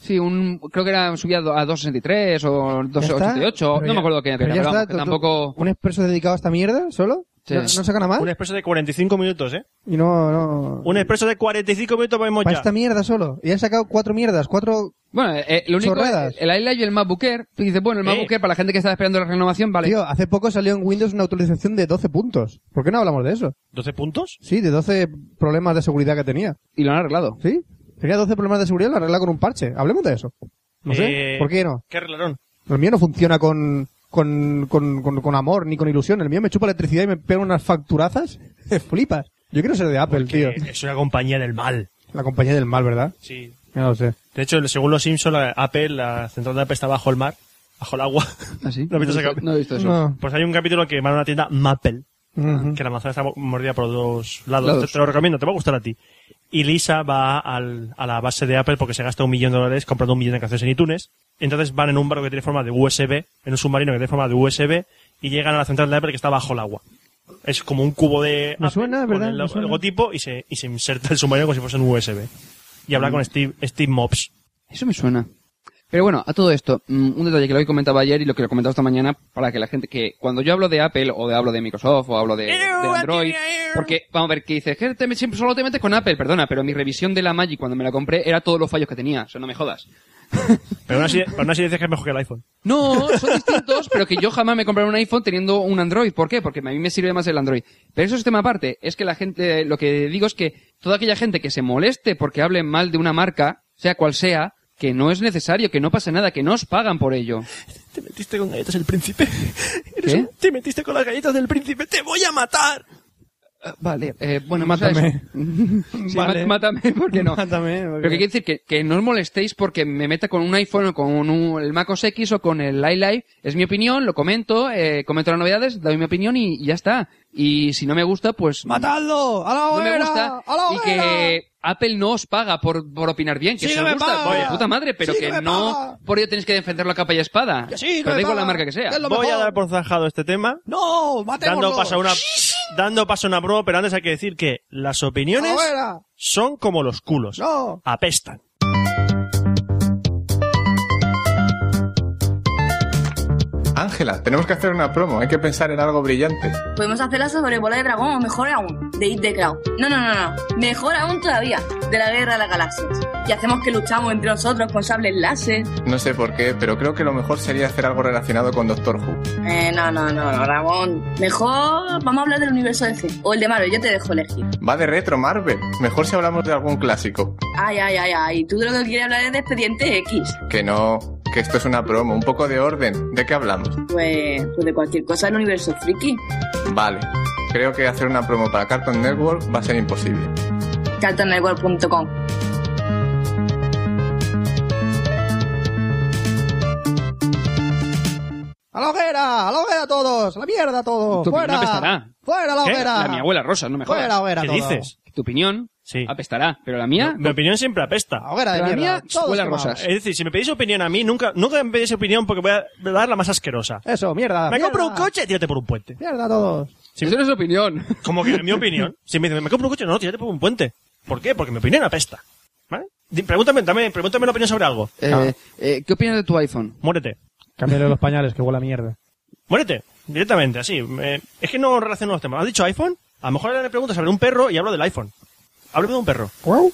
[SPEAKER 4] Sí, un, creo que era subía a 263 o
[SPEAKER 3] Ya está.
[SPEAKER 4] 288.
[SPEAKER 3] Pero
[SPEAKER 4] No
[SPEAKER 3] ya-
[SPEAKER 4] me acuerdo qué
[SPEAKER 3] pero
[SPEAKER 4] era, pero
[SPEAKER 3] ya
[SPEAKER 4] vamos,
[SPEAKER 3] está,
[SPEAKER 4] que
[SPEAKER 3] tú- tú-
[SPEAKER 4] tampoco...
[SPEAKER 3] ¿Un expreso dedicado a esta mierda solo?
[SPEAKER 4] Sí.
[SPEAKER 3] ¿No, no sacan a más?
[SPEAKER 2] Un expreso de 45 minutos, ¿eh?
[SPEAKER 3] Y no, no...
[SPEAKER 2] Un expreso de 45 minutos vamos
[SPEAKER 3] Para
[SPEAKER 2] ya.
[SPEAKER 3] esta mierda solo. Y han sacado cuatro mierdas, cuatro...
[SPEAKER 4] Bueno, eh, lo único,
[SPEAKER 3] Chorradas.
[SPEAKER 4] el iLive y el MacBook Air, tú dices, bueno, el
[SPEAKER 2] Eh.
[SPEAKER 4] MacBook Air para la gente que está esperando la renovación, vale.
[SPEAKER 3] Tío, hace poco salió en Windows una actualización de 12 puntos. ¿Por qué no hablamos de eso?
[SPEAKER 2] ¿12 puntos?
[SPEAKER 3] Sí, de 12 problemas de seguridad que tenía.
[SPEAKER 4] Y lo han arreglado.
[SPEAKER 3] ¿Sí? Tenía 12 problemas de seguridad, lo arregla con un parche. Hablemos de eso. No sé,
[SPEAKER 2] Eh,
[SPEAKER 3] ¿por qué no?
[SPEAKER 2] ¿Qué arreglaron?
[SPEAKER 3] El mío no funciona con, con, con, con, con amor ni con ilusión. El mío me chupa electricidad y me pega unas facturazas. (laughs) Flipas. Yo quiero ser de Apple, tío.
[SPEAKER 2] Eh, es una compañía del mal.
[SPEAKER 3] La compañía del mal, ¿verdad?
[SPEAKER 2] Sí.
[SPEAKER 3] Ya lo sé.
[SPEAKER 2] De hecho, según los Simpson, la Apple, la central de Apple está bajo el mar, bajo el agua. (laughs)
[SPEAKER 4] ¿Ah, sí?
[SPEAKER 2] No he visto ese
[SPEAKER 4] he visto-
[SPEAKER 2] cap-
[SPEAKER 4] no he visto eso.
[SPEAKER 3] No.
[SPEAKER 2] Pues hay un capítulo que van a una tienda Maple,
[SPEAKER 3] Ujú.
[SPEAKER 2] que la manzana está mo- mordida por dos lados.
[SPEAKER 4] Lados.
[SPEAKER 2] Te, te lo recomiendo, te va a gustar a ti. Y Lisa va al- a la base de Apple porque se gasta un millón de dólares comprando un millón de canciones en iTunes. Entonces van en un barco que tiene forma de USB, en un submarino que tiene forma de USB, y llegan a la central de Apple que está bajo el agua. Es como un cubo de
[SPEAKER 3] Me
[SPEAKER 2] Apple
[SPEAKER 3] suena,
[SPEAKER 2] con
[SPEAKER 3] ¿verdad?
[SPEAKER 2] el
[SPEAKER 3] Me
[SPEAKER 2] lo-
[SPEAKER 3] suena.
[SPEAKER 2] logotipo y se, y se inserta el submarino como si fuese un USB. Y
[SPEAKER 3] Mm.
[SPEAKER 2] habla con Steve, Steve Mobs.
[SPEAKER 4] Eso me suena. Pero bueno, a todo esto, mm, un detalle que lo he comentado ayer y lo que lo he comentado esta mañana para que la gente que cuando yo hablo de Apple o de hablo de Microsoft o hablo de, de Android, porque vamos a ver, que dices, que te- siempre solo te metes con Apple, perdona, pero mi revisión de la Magic cuando me la compré era todos los fallos que tenía, o sea, no me jodas.
[SPEAKER 2] Pero aún
[SPEAKER 3] (laughs)
[SPEAKER 2] así, pero aún así dices que es mejor que el iPhone.
[SPEAKER 4] No, son distintos, pero que yo jamás me compraré un iPhone teniendo un Android. ¿Por qué? Porque a mí me sirve más el Android. Pero eso es tema aparte. Es que la gente, lo que digo es que toda aquella gente que se moleste porque hable mal de una marca, sea cual sea, que no es necesario, que no pasa nada, que no os pagan por ello.
[SPEAKER 2] Te metiste con galletas del príncipe.
[SPEAKER 4] ¿Qué?
[SPEAKER 2] Te metiste con las galletas del príncipe. Te voy a matar.
[SPEAKER 4] Vale, (laughs) eh, bueno,
[SPEAKER 3] Mátame.
[SPEAKER 4] pues, (laughs) sí,
[SPEAKER 3] Vale.
[SPEAKER 4] má- mátame, porque no.
[SPEAKER 3] Mátame, porque-
[SPEAKER 4] Pero que quiere decir que, que no os molestéis porque me meta con un iPhone o con un- el Mac OS X o con el iLife. Es mi opinión, lo comento, eh, comento las novedades, doy mi opinión y, y ya está. Y si no me gusta, pues
[SPEAKER 3] ¡Matadlo! ¡A la
[SPEAKER 4] no
[SPEAKER 3] hoguera!
[SPEAKER 4] me gusta
[SPEAKER 3] ¡A la
[SPEAKER 4] y
[SPEAKER 3] hoguera!
[SPEAKER 4] que Apple no os paga por, por opinar bien, que
[SPEAKER 3] Sí
[SPEAKER 4] se
[SPEAKER 3] que me
[SPEAKER 4] gusta,
[SPEAKER 3] paga.
[SPEAKER 4] de puta madre, pero
[SPEAKER 3] Sí
[SPEAKER 4] que,
[SPEAKER 3] que me
[SPEAKER 4] no
[SPEAKER 3] paga.
[SPEAKER 4] por ello tenéis que defenderlo a capa y espada.
[SPEAKER 3] Que sí, que
[SPEAKER 4] pero
[SPEAKER 3] me
[SPEAKER 4] da igual la
[SPEAKER 3] paga.
[SPEAKER 4] marca que sea.
[SPEAKER 3] Que es lo
[SPEAKER 2] Voy a
[SPEAKER 3] mejor.
[SPEAKER 2] dar por zanjado este tema,
[SPEAKER 3] ¡No! ¡Matémoslo!
[SPEAKER 2] dando paso a una dando paso a una prueba, pero antes hay que decir que las
[SPEAKER 3] ¡A la
[SPEAKER 2] opiniones
[SPEAKER 3] hoguera!
[SPEAKER 2] son como los culos.
[SPEAKER 3] ¡No!
[SPEAKER 2] Apestan.
[SPEAKER 9] Ángela, tenemos que hacer una promo, hay que pensar en algo brillante.
[SPEAKER 10] Podemos hacerla sobre bola de dragón o mejor aún, de It the Cloud. No, no, no, no. Mejor aún todavía, de la guerra de las galaxias. Y hacemos que luchamos entre nosotros con sables láser.
[SPEAKER 9] No sé por qué, pero creo que lo mejor sería hacer algo relacionado con Doctor Who.
[SPEAKER 10] Eh, no, no, no, no, Ramón. Mejor vamos a hablar del universo de C o el de Marvel, yo te dejo elegir.
[SPEAKER 9] Va de retro, Marvel. Mejor si hablamos de algún clásico.
[SPEAKER 10] Ay, ay, ay, ay. Tú de lo que quieres hablar es de expediente X.
[SPEAKER 9] Que no, que esto es una promo, un poco de orden. ¿De qué hablamos?
[SPEAKER 10] Pues, pues de cualquier cosa del universo friki.
[SPEAKER 9] Vale, creo que hacer una promo para Cartoon Network va a ser imposible.
[SPEAKER 10] cartonetwork.com.
[SPEAKER 3] ¡A la hoguera! ¡A la hoguera todos! ¡A la mierda todos!
[SPEAKER 4] Tu opinión
[SPEAKER 3] ¡Fuera!
[SPEAKER 4] apestará.
[SPEAKER 3] ¡Fuera la
[SPEAKER 2] ¿Qué?
[SPEAKER 3] hoguera!
[SPEAKER 4] La de mi abuela Rosa, no me jodas.
[SPEAKER 3] ¡Fuera la hoguera
[SPEAKER 2] ¿Qué
[SPEAKER 3] todos!
[SPEAKER 2] dices?
[SPEAKER 4] Tu opinión
[SPEAKER 2] Sí.
[SPEAKER 4] apestará, pero la mía...
[SPEAKER 2] Mi opinión siempre apesta.
[SPEAKER 3] ¡La hoguera de
[SPEAKER 4] La
[SPEAKER 3] mierda!
[SPEAKER 4] mía,
[SPEAKER 3] Todos
[SPEAKER 4] huele a
[SPEAKER 3] quemados.
[SPEAKER 4] rosas.
[SPEAKER 2] Es decir, si me pedís opinión a mí, nunca, nunca me pedís opinión porque voy a dar la más asquerosa.
[SPEAKER 3] ¡Eso, mierda!
[SPEAKER 2] Me
[SPEAKER 3] ¡Mierda!
[SPEAKER 2] compro un coche, tírate por un puente.
[SPEAKER 3] ¡Mierda todos!
[SPEAKER 4] Si eso no es opinión.
[SPEAKER 2] Como que mi opinión. Si me dicen, me compro un coche, no, tírate por un puente. ¿Por qué? Porque mi opinión apesta. ¿Vale? Di- Pregúntame, dame, pregúntame la opinión sobre algo.
[SPEAKER 4] Eh, eh, ¿Qué opinas de tu iPhone?
[SPEAKER 2] Muérete.
[SPEAKER 3] Cámbiale los pañales, que huele a mierda.
[SPEAKER 2] Muérete. Directamente, así. Eh, es que no relaciono los temas. ¿Has dicho iPhone? A lo mejor ahora me preguntas sobre un perro y hablo del iPhone. Hablo de un perro.
[SPEAKER 7] ¡Wow!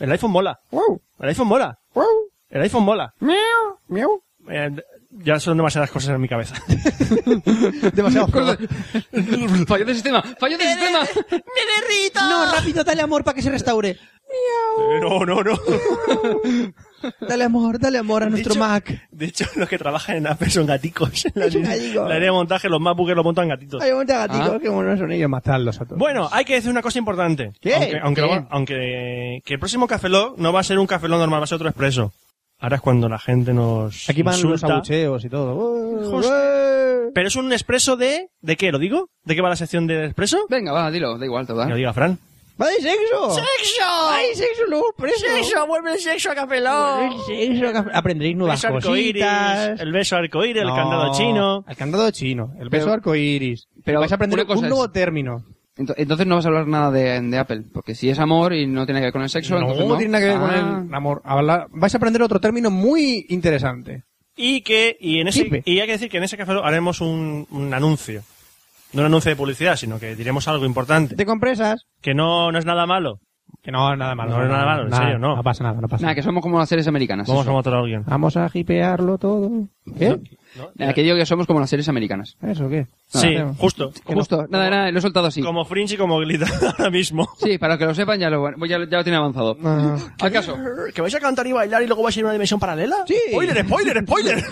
[SPEAKER 2] El iPhone mola.
[SPEAKER 7] ¡Wow!
[SPEAKER 2] El iPhone mola.
[SPEAKER 7] ¡Wow!
[SPEAKER 2] El iPhone mola.
[SPEAKER 7] ¡Miau! ¡Miau!
[SPEAKER 2] Eh, ya son demasiadas cosas en mi cabeza. (laughs)
[SPEAKER 3] Demasiado
[SPEAKER 4] Cosa- Fallo del sistema, fallo
[SPEAKER 3] Eh,
[SPEAKER 4] del sistema.
[SPEAKER 3] (laughs) No, rápido, dale amor para que se restaure.
[SPEAKER 2] no, no, no.
[SPEAKER 3] Dale amor, dale amor a nuestro
[SPEAKER 2] Dicho-
[SPEAKER 3] Mac.
[SPEAKER 2] De hecho, los que trabajan en Apple son
[SPEAKER 3] (laughs)
[SPEAKER 2] gaticos. En la,
[SPEAKER 3] Es un
[SPEAKER 2] línea-
[SPEAKER 3] gatico.
[SPEAKER 2] la línea de montaje, los MacBookers lo montan gatitos.
[SPEAKER 3] Hay un gatito
[SPEAKER 4] Ah.
[SPEAKER 3] que bueno son ellos matarlos a todos.
[SPEAKER 2] Bueno, hay que decir una cosa importante.
[SPEAKER 3] ¿Qué?
[SPEAKER 2] Aunque, aunque,
[SPEAKER 4] ¿Qué?
[SPEAKER 2] lo- aunque que el próximo Café Lock no va a ser un Café Lock normal, va a ser otro expreso. Ahora es cuando la gente nos
[SPEAKER 3] aquí van los
[SPEAKER 2] insulta.
[SPEAKER 3] abucheos y todo. Ué,
[SPEAKER 2] Hijos-
[SPEAKER 3] ué.
[SPEAKER 2] Pero es un expreso de... ¿De qué? ¿Lo digo? ¿De qué va la sección de expreso?
[SPEAKER 4] Venga, va, dilo, da igual, te
[SPEAKER 2] Que lo
[SPEAKER 4] da.
[SPEAKER 2] diga Fran.
[SPEAKER 3] ¡Va de sexo!
[SPEAKER 5] ¡Sexo!
[SPEAKER 3] ¡Ay, sexo, no, preso!
[SPEAKER 5] ¡Sexo! ¡Vuelve el sexo a Capelón!
[SPEAKER 3] Ay, sexo! Aprenderéis nuevas
[SPEAKER 2] Beso arcoíris,
[SPEAKER 3] cositas.
[SPEAKER 2] el beso arcoíris, el
[SPEAKER 3] No,
[SPEAKER 2] candado chino...
[SPEAKER 3] El candado chino, el
[SPEAKER 4] Pero-
[SPEAKER 3] beso arcoíris.
[SPEAKER 4] pero
[SPEAKER 3] vais a aprender
[SPEAKER 4] una cosa
[SPEAKER 3] un
[SPEAKER 4] es-
[SPEAKER 3] nuevo término.
[SPEAKER 4] Ento- Entonces no vas a hablar nada de, de Apple, porque si es amor y no tiene que ver con el sexo, entonces no.
[SPEAKER 3] tiene nada que ver
[SPEAKER 4] Ah.
[SPEAKER 3] con el amor. Habla- Vais a aprender otro término muy interesante.
[SPEAKER 2] Y que... Y, en ese,
[SPEAKER 3] Tipe.
[SPEAKER 2] y hay que decir que en ese Café Lock haremos un, un anuncio. No un anuncio de publicidad, sino que diremos algo importante.
[SPEAKER 3] ¿Te compresas?
[SPEAKER 2] Que no, no es nada malo.
[SPEAKER 3] Que no, nada malo.
[SPEAKER 2] No, nada malo, en serio, no.
[SPEAKER 3] No pasa nada, no pasa
[SPEAKER 4] Nada,
[SPEAKER 3] nada.
[SPEAKER 4] que somos como las series americanas.
[SPEAKER 2] Vamos
[SPEAKER 4] eso.
[SPEAKER 2] a matar a alguien.
[SPEAKER 3] Vamos a hipearlo todo. ¿Qué?
[SPEAKER 4] Nada, Eh, que digo que somos como las series americanas.
[SPEAKER 3] ¿Eso qué?
[SPEAKER 2] Sí,
[SPEAKER 3] Nada.
[SPEAKER 2] justo.
[SPEAKER 4] Que Justo, nada, nada, lo he soltado así.
[SPEAKER 2] Como Fringe y como Glitter (laughs) ahora mismo.
[SPEAKER 4] Sí, para que lo sepan ya lo, ya, lo- ya lo tiene avanzado.
[SPEAKER 3] Ah.
[SPEAKER 4] ¿Acaso?
[SPEAKER 2] ¿Que vais a cantar y bailar y luego vais a ir a una dimensión paralela?
[SPEAKER 3] Sí.
[SPEAKER 2] ¡Spoiler, spoiler, spoiler!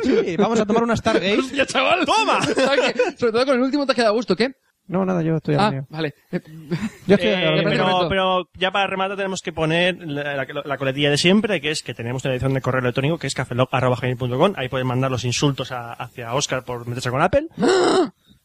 [SPEAKER 3] (laughs) Sí, vamos a tomar una Stargate.
[SPEAKER 4] ¡Ya, chaval!
[SPEAKER 3] (laughs)
[SPEAKER 2] ¡Toma!
[SPEAKER 4] ¿Sabes qué? Sobre todo con el último te has quedado a gusto, ¿qué?
[SPEAKER 3] No, nada, yo estoy
[SPEAKER 4] Ah,
[SPEAKER 3] al mío.
[SPEAKER 4] vale.
[SPEAKER 3] Yo estoy al
[SPEAKER 2] Eh,
[SPEAKER 3] mío.
[SPEAKER 2] pero,
[SPEAKER 4] correcto.
[SPEAKER 2] pero ya para rematar tenemos que poner la, la- la coletilla de siempre, que es que tenemos una edición de correo electrónico que es cafelog.com. Ahí pueden mandar los insultos a- hacia Oscar por meterse con Apple.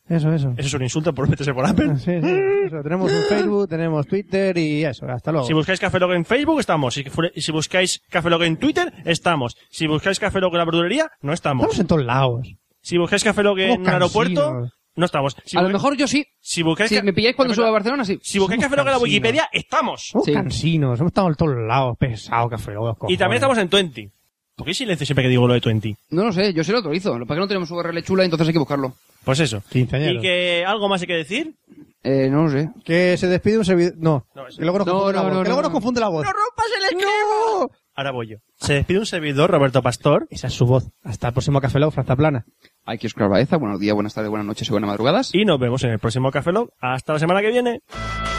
[SPEAKER 3] Eso, eso.
[SPEAKER 2] Eso es un insulto por meterse por Apple.
[SPEAKER 3] Sí, sí, eso. Tenemos un Facebook, tenemos Twitter y eso. Hasta luego.
[SPEAKER 2] Si buscáis Cafelog en Facebook, estamos. Si, fu- si buscáis Cafelog en Twitter, estamos. Si buscáis Cafelog en la verdulería, no estamos.
[SPEAKER 3] Estamos en todos lados.
[SPEAKER 2] Si buscáis Cafelog en un
[SPEAKER 3] Somos
[SPEAKER 2] aeropuerto,
[SPEAKER 3] cansinos.
[SPEAKER 2] no estamos. Si
[SPEAKER 4] A lo
[SPEAKER 2] bu-
[SPEAKER 4] mejor yo sí.
[SPEAKER 2] Si buscáis
[SPEAKER 4] Si
[SPEAKER 2] ca-
[SPEAKER 4] me pilláis cuando
[SPEAKER 2] Espera,
[SPEAKER 4] suba a Barcelona, sí.
[SPEAKER 2] Si buscáis Café Lock en la Wikipedia, estamos.
[SPEAKER 3] Somos
[SPEAKER 4] Sí.
[SPEAKER 3] cansinos, hemos estado en todos lados. Pesado, café, Lock,
[SPEAKER 2] Y
[SPEAKER 3] cojones.
[SPEAKER 2] también estamos en Twenty. ¿Por qué silencio siempre que digo lo de Twenty?
[SPEAKER 4] No lo sé, yo sé lo autorizo. Lo que pasa es que no tenemos URL chula, entonces hay que buscarlo.
[SPEAKER 2] Pues eso. ¿Y
[SPEAKER 3] Quinceañeros.
[SPEAKER 2] que algo más hay que decir?
[SPEAKER 4] Eh, no lo sé.
[SPEAKER 3] Que se despide un servidor. No,
[SPEAKER 2] No, eso.
[SPEAKER 3] que luego nos
[SPEAKER 4] No,
[SPEAKER 3] confunde
[SPEAKER 4] no,
[SPEAKER 3] la voz.
[SPEAKER 4] no,
[SPEAKER 3] que luego
[SPEAKER 4] no,
[SPEAKER 3] nos
[SPEAKER 4] no.
[SPEAKER 3] confunde la voz.
[SPEAKER 5] ¡Rompas el esquema!
[SPEAKER 2] Ahora voy yo. Se despide un servidor, Roberto Pastor.
[SPEAKER 3] Esa es su voz. Hasta el próximo café, Lock, Franza Plana.
[SPEAKER 4] Hay que buscar Baeza. Buenos días, buenas tardes, buenas noches y buenas madrugadas.
[SPEAKER 2] Y nos vemos en el próximo Café Lock. Hasta la semana que viene.